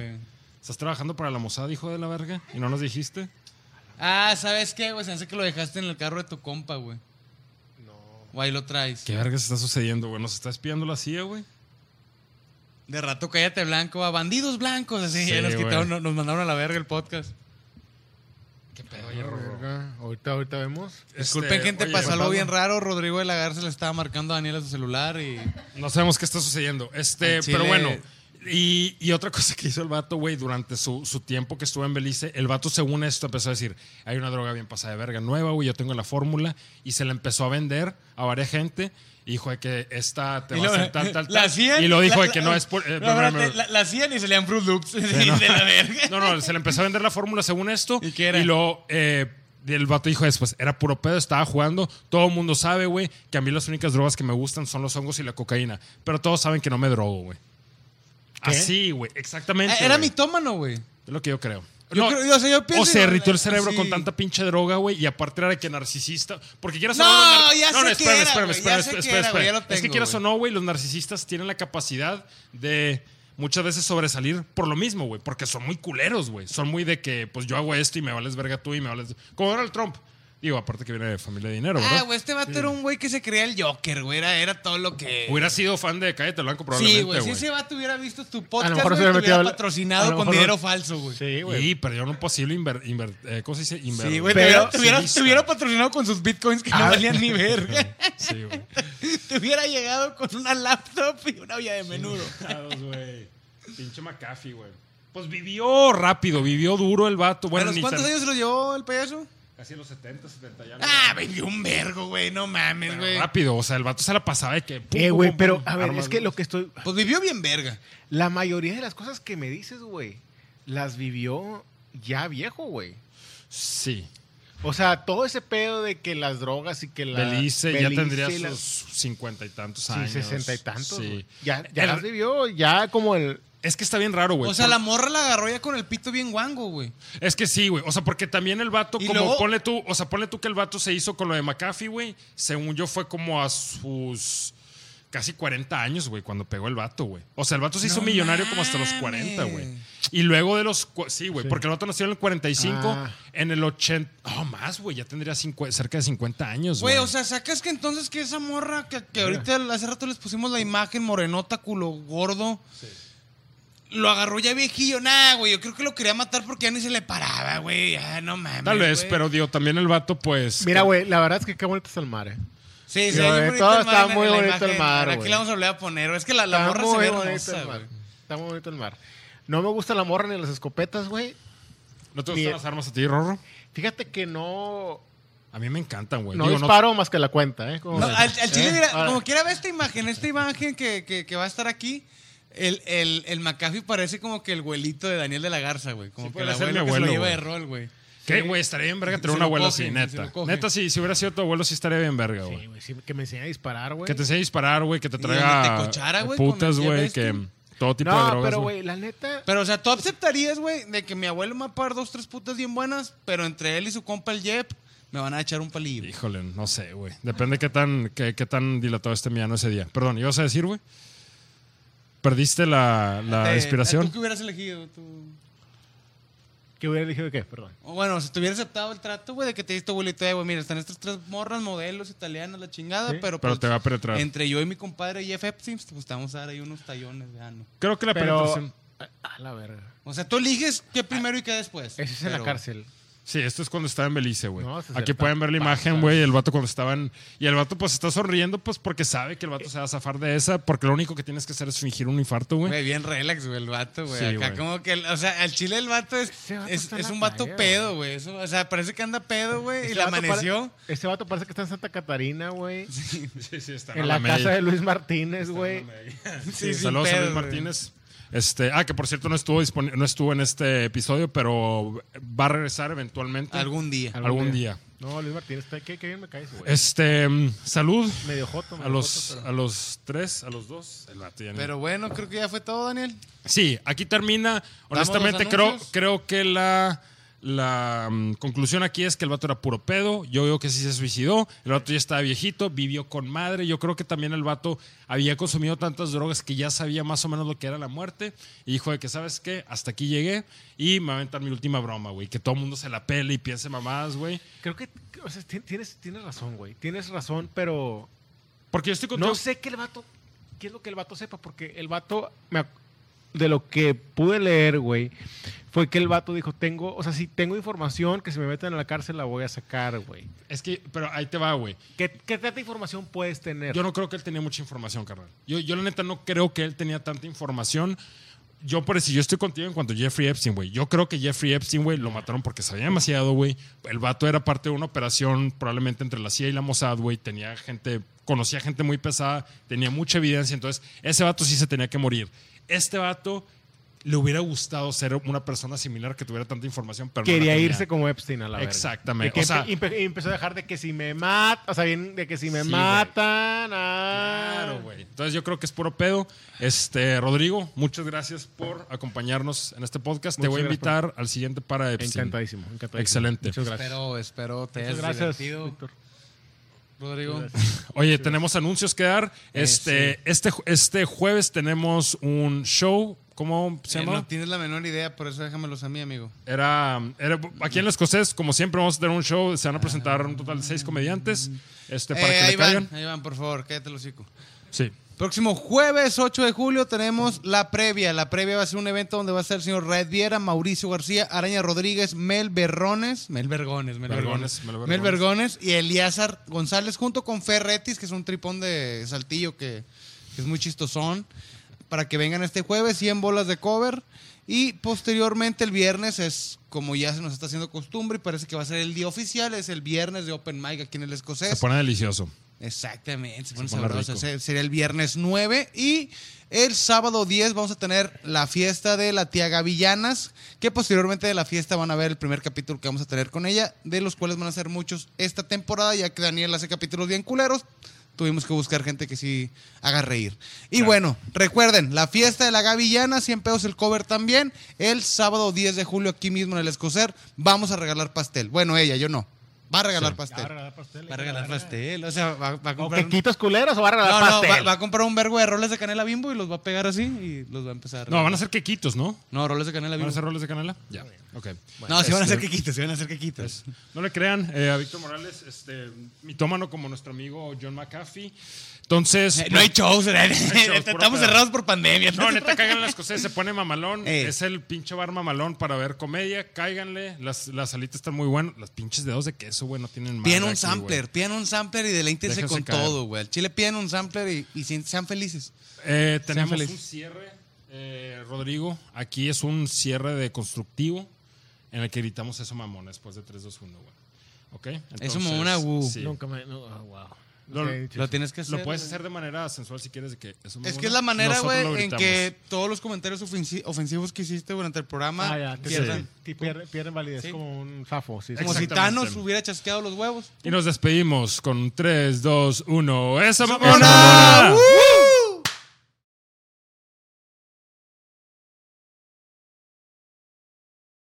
Speaker 2: ¿Estás trabajando para la Mossad, hijo de la verga? ¿Y no nos dijiste?
Speaker 3: Ah, ¿sabes qué, güey? Se hace que lo dejaste en el carro de tu compa, güey. No. O ahí lo traes.
Speaker 2: ¿Qué verga se está sucediendo, güey? ¿Nos está espiando la CIA, güey?
Speaker 3: De rato cállate blanco, a bandidos blancos, así.
Speaker 2: Sí,
Speaker 3: ya nos,
Speaker 2: güey.
Speaker 3: quitaron, no- nos mandaron a la verga el podcast.
Speaker 2: ¿Qué pedo,
Speaker 4: Ahorita, ahorita vemos.
Speaker 3: Disculpen,
Speaker 2: Este,
Speaker 3: gente,
Speaker 2: oye,
Speaker 3: pasó algo
Speaker 2: Pablo,
Speaker 3: bien raro. Rodrigo de la Garza le estaba marcando a Daniel a su celular y.
Speaker 2: No sabemos qué está sucediendo. Este,
Speaker 3: Al chile-
Speaker 2: pero bueno. Y, y otra cosa que hizo el vato, güey, durante su, su tiempo que estuvo en Belice, el vato, según esto, empezó a decir: hay una droga bien pasada de verga nueva, güey, yo tengo la fórmula, y se la empezó a vender a varias gente. Y dijo de que esta te
Speaker 3: y
Speaker 2: va
Speaker 3: luego-
Speaker 2: a hacer tal, tal,
Speaker 3: La
Speaker 2: tal.
Speaker 3: hacían.
Speaker 2: y lo dijo
Speaker 3: la-
Speaker 2: de que no
Speaker 3: la-
Speaker 2: es por. eh,
Speaker 3: no, espérate, la, la hacían y se le dan Fruit Loops.
Speaker 2: Sí, no.
Speaker 3: de la verga.
Speaker 2: No, no, se le empezó a vender la fórmula según esto.
Speaker 3: ¿Y qué era?
Speaker 2: luego eh, el vato dijo después, era puro pedo, estaba jugando. Todo el mundo sabe, güey, que a mí las únicas drogas que me gustan son los hongos y la cocaína. Pero todos saben que no me drogo, güey. Así, güey, exactamente.
Speaker 3: Ah, Era
Speaker 2: güey.
Speaker 3: mitómano, güey.
Speaker 2: Es lo que yo creo.
Speaker 3: Yo creo- yo- o sea, yo pienso- eh,
Speaker 2: o se irritó el cerebro
Speaker 3: sí.
Speaker 2: con tanta pinche droga, güey, y aparte era de que narcisista. Porque quieras
Speaker 3: No,
Speaker 2: o los nar-
Speaker 3: ya sé que era, güey, ya sé que era, güey, ya lo
Speaker 2: Es que
Speaker 3: tengo,
Speaker 2: quieras
Speaker 3: güey.
Speaker 2: o no, güey, los narcisistas tienen la capacidad de muchas veces sobresalir por lo mismo, güey, porque son muy culeros, güey. Son muy de que, pues yo hago esto y me vales verga tú y me vales. Como Donald Trump. Digo, aparte que viene de familia de dinero, ¿verdad?
Speaker 3: Ah, güey, este vato era un güey que se creía el Joker, güey. Era, era todo lo que.
Speaker 2: Hubiera sido fan de Cállate Blanco,
Speaker 3: Sí,
Speaker 2: probablemente,
Speaker 3: güey.
Speaker 2: güey.
Speaker 3: Si ese vato hubiera visto tu podcast,
Speaker 4: mejor
Speaker 3: güey,
Speaker 4: se hubiera
Speaker 3: te
Speaker 4: metido
Speaker 3: hubiera
Speaker 4: al- a
Speaker 3: patrocinado
Speaker 4: lo
Speaker 3: con
Speaker 4: mejor
Speaker 3: dinero
Speaker 4: no-
Speaker 3: falso, güey.
Speaker 4: Sí, güey.
Speaker 2: y perdieron un posible inver, inver- eh, ¿cómo se dice? Inver-
Speaker 3: Sí, güey, te
Speaker 4: Pero-
Speaker 3: hubiera, te hubiera-
Speaker 2: sí,
Speaker 3: te hubiera patrocinado con sus bitcoins que no
Speaker 4: Ah.
Speaker 3: valían ni verga.
Speaker 2: Sí, güey.
Speaker 3: te hubiera llegado con una laptop y una olla de menudo.
Speaker 2: Chingados, güey. Pinche McAfee, güey. Pues vivió rápido, vivió duro el vato.
Speaker 3: ¿A
Speaker 2: Bueno,
Speaker 3: los
Speaker 2: ni
Speaker 3: cuántos
Speaker 2: tan-
Speaker 3: años se lo llevó el payaso?
Speaker 2: Casi a los 70, 70 ya.
Speaker 3: Ah, vivió un vergo, güey. No mames, güey.
Speaker 2: rápido, o sea, el vato se la pasaba de que. pum,
Speaker 4: Eh,
Speaker 2: pum,
Speaker 4: güey,
Speaker 2: pum,
Speaker 4: pero
Speaker 2: pum,
Speaker 4: a ver,
Speaker 2: armas,
Speaker 4: es que
Speaker 2: güey.
Speaker 4: lo que estoy.
Speaker 3: Pues vivió bien verga.
Speaker 4: La mayoría de las cosas que me dices, güey, las vivió ya viejo, güey.
Speaker 2: Sí.
Speaker 4: O sea, todo ese pedo de que las drogas y que la.
Speaker 2: Belice, ya
Speaker 4: Belice
Speaker 2: tendría
Speaker 4: y las-
Speaker 2: sus 50 y tantos
Speaker 4: Sí,
Speaker 2: años.
Speaker 4: sesenta y tantos.
Speaker 2: Sí.
Speaker 4: güey. Ya, ya
Speaker 2: El-
Speaker 4: las vivió, ya como el.
Speaker 2: Es que está bien raro, güey.
Speaker 3: O sea,
Speaker 2: Por-
Speaker 3: la morra la agarró ya con el pito bien guango, güey.
Speaker 2: Es que sí, güey. O sea, porque también el vato,
Speaker 3: Y
Speaker 2: como
Speaker 3: luego-
Speaker 2: ponle tú, o sea, ponle tú que el vato se hizo con lo de McAfee, güey. Según yo, fue como a sus casi 40 años, güey, cuando pegó el vato, güey. O sea, el vato se hizo
Speaker 3: No
Speaker 2: millonario como hasta los
Speaker 3: mames.
Speaker 2: 40, güey. Y luego de los. cu- Sí, güey, porque el vato nació en el 45,
Speaker 4: Ah.
Speaker 2: en el 80. No, más, güey. Ya tendría cincu- cerca de 50
Speaker 4: Pues,
Speaker 2: años, güey.
Speaker 3: Güey, o sea, sacas que entonces que esa morra que, que ahorita hace rato les pusimos la imagen morenota, culo gordo. Lo agarró ya viejillo. Nah, güey, yo creo que lo quería matar porque ya ni se le paraba, güey. Ah, no mames.
Speaker 2: Tal vez,
Speaker 3: güey.
Speaker 2: pero digo, también el vato, pues.
Speaker 4: Mira,
Speaker 2: que-
Speaker 4: güey, la verdad es que qué bonito es el mar, eh.
Speaker 3: Sí, sí,
Speaker 4: Yo, eh, todo está muy bonito el mar,
Speaker 3: Aquí
Speaker 4: güey.
Speaker 3: la vamos a volver a poner. güey. Es que la, la
Speaker 4: Está
Speaker 3: morra se
Speaker 4: muy
Speaker 3: ve
Speaker 4: bonito
Speaker 3: hermosa,
Speaker 4: el mar.
Speaker 3: güey.
Speaker 4: Está muy bonito el mar. No me gusta la morra ni las escopetas, güey.
Speaker 2: ¿No te
Speaker 4: mira.
Speaker 2: gustan las armas a ti, Rorro?
Speaker 4: Fíjate que no.
Speaker 2: A mí me encantan, güey.
Speaker 4: No
Speaker 2: Pues Digo,
Speaker 4: disparo más que la cuenta, ¿eh? Como-
Speaker 3: No, al, al chile,
Speaker 4: ¿Eh?
Speaker 3: mira,
Speaker 4: Ahora,
Speaker 3: como quiera ve esta imagen, esta imagen que, que- que va a estar aquí, El, el, el McAfee parece como que el güelito de Daniel de la Garza, güey. Como
Speaker 2: Sí,
Speaker 3: que el
Speaker 2: puede ser
Speaker 3: abuelo,
Speaker 2: mi
Speaker 3: que se lo
Speaker 2: abuelo,
Speaker 3: lleva de
Speaker 2: güey.
Speaker 3: rol, güey.
Speaker 2: ¿Qué,
Speaker 4: Sí.
Speaker 2: güey? Estaría bien verga tener
Speaker 3: Se
Speaker 2: un
Speaker 3: lo
Speaker 2: abuelo así,
Speaker 3: cogen, se
Speaker 2: neta.
Speaker 3: lo cogen.
Speaker 2: Neta, sí, si hubiera sido tu abuelo, sí estaría bien verga, güey.
Speaker 4: Sí, güey, sí, que me enseñe a disparar, güey.
Speaker 2: que te enseñe a disparar, güey, que te
Speaker 3: Y
Speaker 2: traiga
Speaker 3: donde te cochara, güey,
Speaker 2: putas,
Speaker 3: con el
Speaker 2: güey, que
Speaker 3: lleves tú.
Speaker 2: todo tipo de
Speaker 4: No,
Speaker 2: drogas.
Speaker 4: pero,
Speaker 2: güey.
Speaker 4: güey, la neta...
Speaker 3: Pero, o sea, ¿tú aceptarías, güey, de que mi abuelo me va a pagar dos, tres putas bien buenas, pero entre él y su compa el Jep me van a echar un palillo?
Speaker 2: Híjole, no sé, güey. Depende qué tan, qué, qué tan dilatado esté mi ano ese día. Perdón, ¿ibas a decir, güey? ¿Perdiste la, la
Speaker 3: Te-
Speaker 2: inspiración?
Speaker 3: Este, ¿Tú qué hubieras elegido? Tú?
Speaker 4: ¿Qué hubiera elegido qué? Perdón.
Speaker 3: O bueno, si te hubiera aceptado el trato, güey, de que te diste abuelito, eh, güey, mira, están estas tres morras, modelos, italianas, la chingada,
Speaker 4: Sí,
Speaker 3: pero,
Speaker 2: Pero
Speaker 3: pues,
Speaker 2: te va a penetrar.
Speaker 3: entre yo y mi compadre Jeff Epstein, pues te vamos a dar ahí unos tallones de ano.
Speaker 2: Creo que la
Speaker 4: Pero...
Speaker 2: penetración.
Speaker 4: A la verga.
Speaker 3: O sea, tú eliges qué primero y qué después.
Speaker 4: Ese es en la
Speaker 3: pero-
Speaker 4: cárcel.
Speaker 2: Sí, esto es cuando estaba en Belice, güey.
Speaker 4: No, se
Speaker 2: Aquí
Speaker 4: acerca-
Speaker 2: pueden ver la imagen,
Speaker 4: pasa.
Speaker 2: güey, el vato cuando estaban. Y el vato, pues, está sonriendo, pues, porque sabe que el vato se va a zafar de esa, porque lo único que tienes que hacer es fingir un infarto, güey.
Speaker 3: Güey, bien relax, güey, el vato, güey.
Speaker 2: Sí,
Speaker 3: Acá
Speaker 2: güey.
Speaker 3: como que, el- o sea, al chile el vato es,
Speaker 4: Ese vato
Speaker 3: es,
Speaker 4: está en
Speaker 3: es
Speaker 4: la
Speaker 3: un vato
Speaker 4: playa,
Speaker 3: pedo, güey. Eso- O sea, parece que anda pedo, güey, y
Speaker 4: Ese
Speaker 3: le
Speaker 4: vato pare-
Speaker 3: amaneció.
Speaker 4: Ese vato parece que está en Santa Catarina, güey.
Speaker 2: Sí, sí, está
Speaker 4: En la, casa de Luis Martínez, güey.
Speaker 3: Sí, sin
Speaker 2: Saludos a
Speaker 3: pedo,
Speaker 2: Luis
Speaker 3: güey.
Speaker 2: Martínez. Este, ah, que por cierto no estuvo disponi- no estuvo en este episodio, pero va a regresar eventualmente algún,
Speaker 3: Algún día.
Speaker 4: Algún
Speaker 2: día.
Speaker 4: No, Luis Martínez, está- qué, qué bien me caes, güey.
Speaker 2: Este, mm, salud
Speaker 4: Medio joto.
Speaker 2: a
Speaker 4: medio
Speaker 2: los
Speaker 4: joto,
Speaker 2: a los tres, a los dos. El vato ya ni-
Speaker 3: Pero bueno, creo que ya fue todo, Daniel.
Speaker 2: sí, aquí termina. Honestamente
Speaker 3: los
Speaker 2: creo
Speaker 3: anuncios?
Speaker 2: creo que la la mm, conclusión aquí es que el vato era puro pedo. Yo veo que sí se suicidó. El vato ya estaba viejito, vivió con madre. Yo creo que también el vato había consumido tantas drogas que ya sabía más o menos lo que era la muerte. Y dijo de que, ¿sabes qué? Hasta aquí llegué y me va a aventar mi última broma, güey. Que todo el mundo se la pele y piense mamadas, güey.
Speaker 4: Creo que, o sea, ti- tienes, tienes razón, güey. Tienes razón, pero
Speaker 2: Porque yo estoy contigo.
Speaker 4: no sé qué el vato, qué es lo que el vato sepa, porque el vato, me ac- de lo que pude leer, güey, fue que el vato dijo, tengo, o sea, si tengo información que si me meten a la cárcel la voy a sacar, güey.
Speaker 2: Es que, pero ahí te va, güey.
Speaker 4: ¿Qué, ¿Qué tanta información puedes tener?
Speaker 2: Yo no creo que él tenía mucha información, carnal. Yo, yo la neta no creo que él tenía tanta información. Yo, por eso, yo estoy contigo en cuanto a Jeffrey Epstein, güey. Yo creo que Jeffrey Epstein, güey, lo mataron porque sabía demasiado, güey. El vato era parte de una operación probablemente entre la CIA y la Mossad, güey. Tenía gente, conocía gente muy pesada, tenía mucha evidencia. Entonces, ese vato sí se tenía que morir. Este vato le hubiera gustado ser una persona similar que tuviera tanta información, pero no la
Speaker 4: Quería
Speaker 2: tenía.
Speaker 4: irse como Epstein a la verga.
Speaker 2: Exactamente,
Speaker 4: De que
Speaker 2: o sea-
Speaker 4: empe- empe- empezó a dejar de que si me matan, o sea, bien, de que si me
Speaker 2: Sí, güey.
Speaker 4: matan, ah.
Speaker 2: Claro, güey. Entonces yo creo que es puro pedo. Este, Rodrigo, muchas gracias por acompañarnos en este podcast. Te
Speaker 4: Muchas
Speaker 2: voy a
Speaker 4: gracias
Speaker 2: invitar al siguiente para Epstein.
Speaker 4: Encantadísimo, encantadísimo.
Speaker 2: Excelente.
Speaker 4: Muchas gracias.
Speaker 3: Espero, espero te hayas
Speaker 4: Muchas gracias,
Speaker 3: divertido,
Speaker 4: Víctor.
Speaker 3: Rodrigo.
Speaker 2: Oye, tenemos anuncios que dar.
Speaker 3: Eh,
Speaker 2: Este, este, ju- este jueves tenemos un show. ¿Cómo se
Speaker 3: Eh,
Speaker 2: llama?
Speaker 3: no tienes la menor idea, por eso déjamelos a mí, amigo.
Speaker 2: Era, era- aquí en el escocés, como siempre, vamos a tener un show. Se van a
Speaker 4: Ah.
Speaker 2: presentar un total de seis comediantes. Este, para
Speaker 3: Eh,
Speaker 2: que
Speaker 3: ahí
Speaker 2: le caigan.
Speaker 3: van, ahí van, por favor, cállate el hocico.
Speaker 2: Sí.
Speaker 3: Próximo jueves 8 de julio tenemos la previa. La previa va a ser un evento donde va a estar el señor Red Viera, Mauricio García, Araña Rodríguez, Mel Berrones, Mel Vergones, Mel
Speaker 2: Vergones,
Speaker 3: Vergones,
Speaker 2: Mel Vergones.
Speaker 3: Mel Vergones y Eliazar González junto con Ferretis, que es un tripón de Saltillo que, que es muy chistosón, para que vengan este jueves 100 bolas de cover. Y posteriormente el viernes es como ya se nos está haciendo costumbre y parece que va a ser el día oficial, es el viernes de Open Mic aquí en el escocés.
Speaker 2: Se pone delicioso.
Speaker 3: Exactamente, se pone
Speaker 2: pone
Speaker 3: sabroso.
Speaker 2: rico.
Speaker 3: Se- Sería el viernes 9 y el sábado 10 vamos a tener la fiesta de la tía Gavillanas, que posteriormente de la fiesta van a ver el primer capítulo que vamos a tener con ella, de los cuales van a ser muchos esta temporada, ya que Daniel hace capítulos bien culeros. Tuvimos que buscar gente que sí haga reír. Y bueno, recuerden, la fiesta de la Gavillana, 100 pesos el cover también. El sábado 10 de julio, aquí mismo en el Escocer, vamos a regalar pastel. Bueno, ella, yo no. Va a regalar pastel. Va a regalar pastel, o sea, va, va a
Speaker 4: O
Speaker 3: comprar.
Speaker 4: que quitos culeros o va a regalar
Speaker 3: no, no,
Speaker 4: pastel.
Speaker 3: va, va a comprar un vergo de roles de canela bimbo y los va a pegar así y los va a empezar.
Speaker 2: No, van a ser quequitos, ¿no?
Speaker 3: No, roles de canela
Speaker 2: ¿Van a
Speaker 3: bimbo.
Speaker 2: ser roles de canela? Ya. Ok.
Speaker 3: no, sí van
Speaker 2: Este-
Speaker 3: a ser quequitos, sí van a ser quequitos.
Speaker 2: No le crean eh, a Víctor Morales, este, mitómano como nuestro amigo John McAfee. Entonces.
Speaker 3: Eh, no hay shows, eh,
Speaker 2: shows, puro
Speaker 3: estamos
Speaker 2: pedo.
Speaker 3: cerrados por pandemia.
Speaker 2: No, neta, cáiganle a las cosas, se pone mamalón.
Speaker 3: Ey.
Speaker 2: Es el pinche bar mamalón para ver comedia. Cáiganle, las, las alitas están muy buenas. Las pinches dedos de queso, güey, no tienen más.
Speaker 3: Piden un sampler, piden un sampler y deleítense
Speaker 2: Déjense
Speaker 3: con
Speaker 2: caer.
Speaker 3: todo, güey. Al Chile piden un sampler y, y sin- sean felices.
Speaker 2: Eh, tenemos
Speaker 3: feliz.
Speaker 2: un cierre, eh, Rodrigo. Aquí es un cierre de constructivo en el que gritamos eso mamón después de 3, 2, 1, güey. ¿Ok?
Speaker 3: Eso mamona, uh.
Speaker 2: sí.
Speaker 4: Nunca me. no, ah, wow.
Speaker 2: Lo-
Speaker 4: Ok,
Speaker 3: Lo
Speaker 4: chido.
Speaker 3: tienes que hacer.
Speaker 2: Lo puedes
Speaker 3: güey.
Speaker 2: hacer de manera sensual si quieres. de que eso me
Speaker 3: Es
Speaker 2: mola.
Speaker 3: que es la manera,
Speaker 2: Nosotros
Speaker 3: güey,
Speaker 2: lo
Speaker 3: en
Speaker 2: gritamos.
Speaker 3: que todos los comentarios ofensi- ofensivos que hiciste durante el programa
Speaker 4: Ah, ya, te
Speaker 3: pierdan.
Speaker 4: pierden, te pierden, pierden validez
Speaker 3: Sí.
Speaker 4: como un zafo. Sí, sí.
Speaker 3: Como si
Speaker 2: Exactamente.
Speaker 3: Thanos hubiera chasqueado los huevos.
Speaker 2: Y nos despedimos con 3, 2, 1. ¡Esa mamona!
Speaker 3: ¡Mamona! ¡Uh!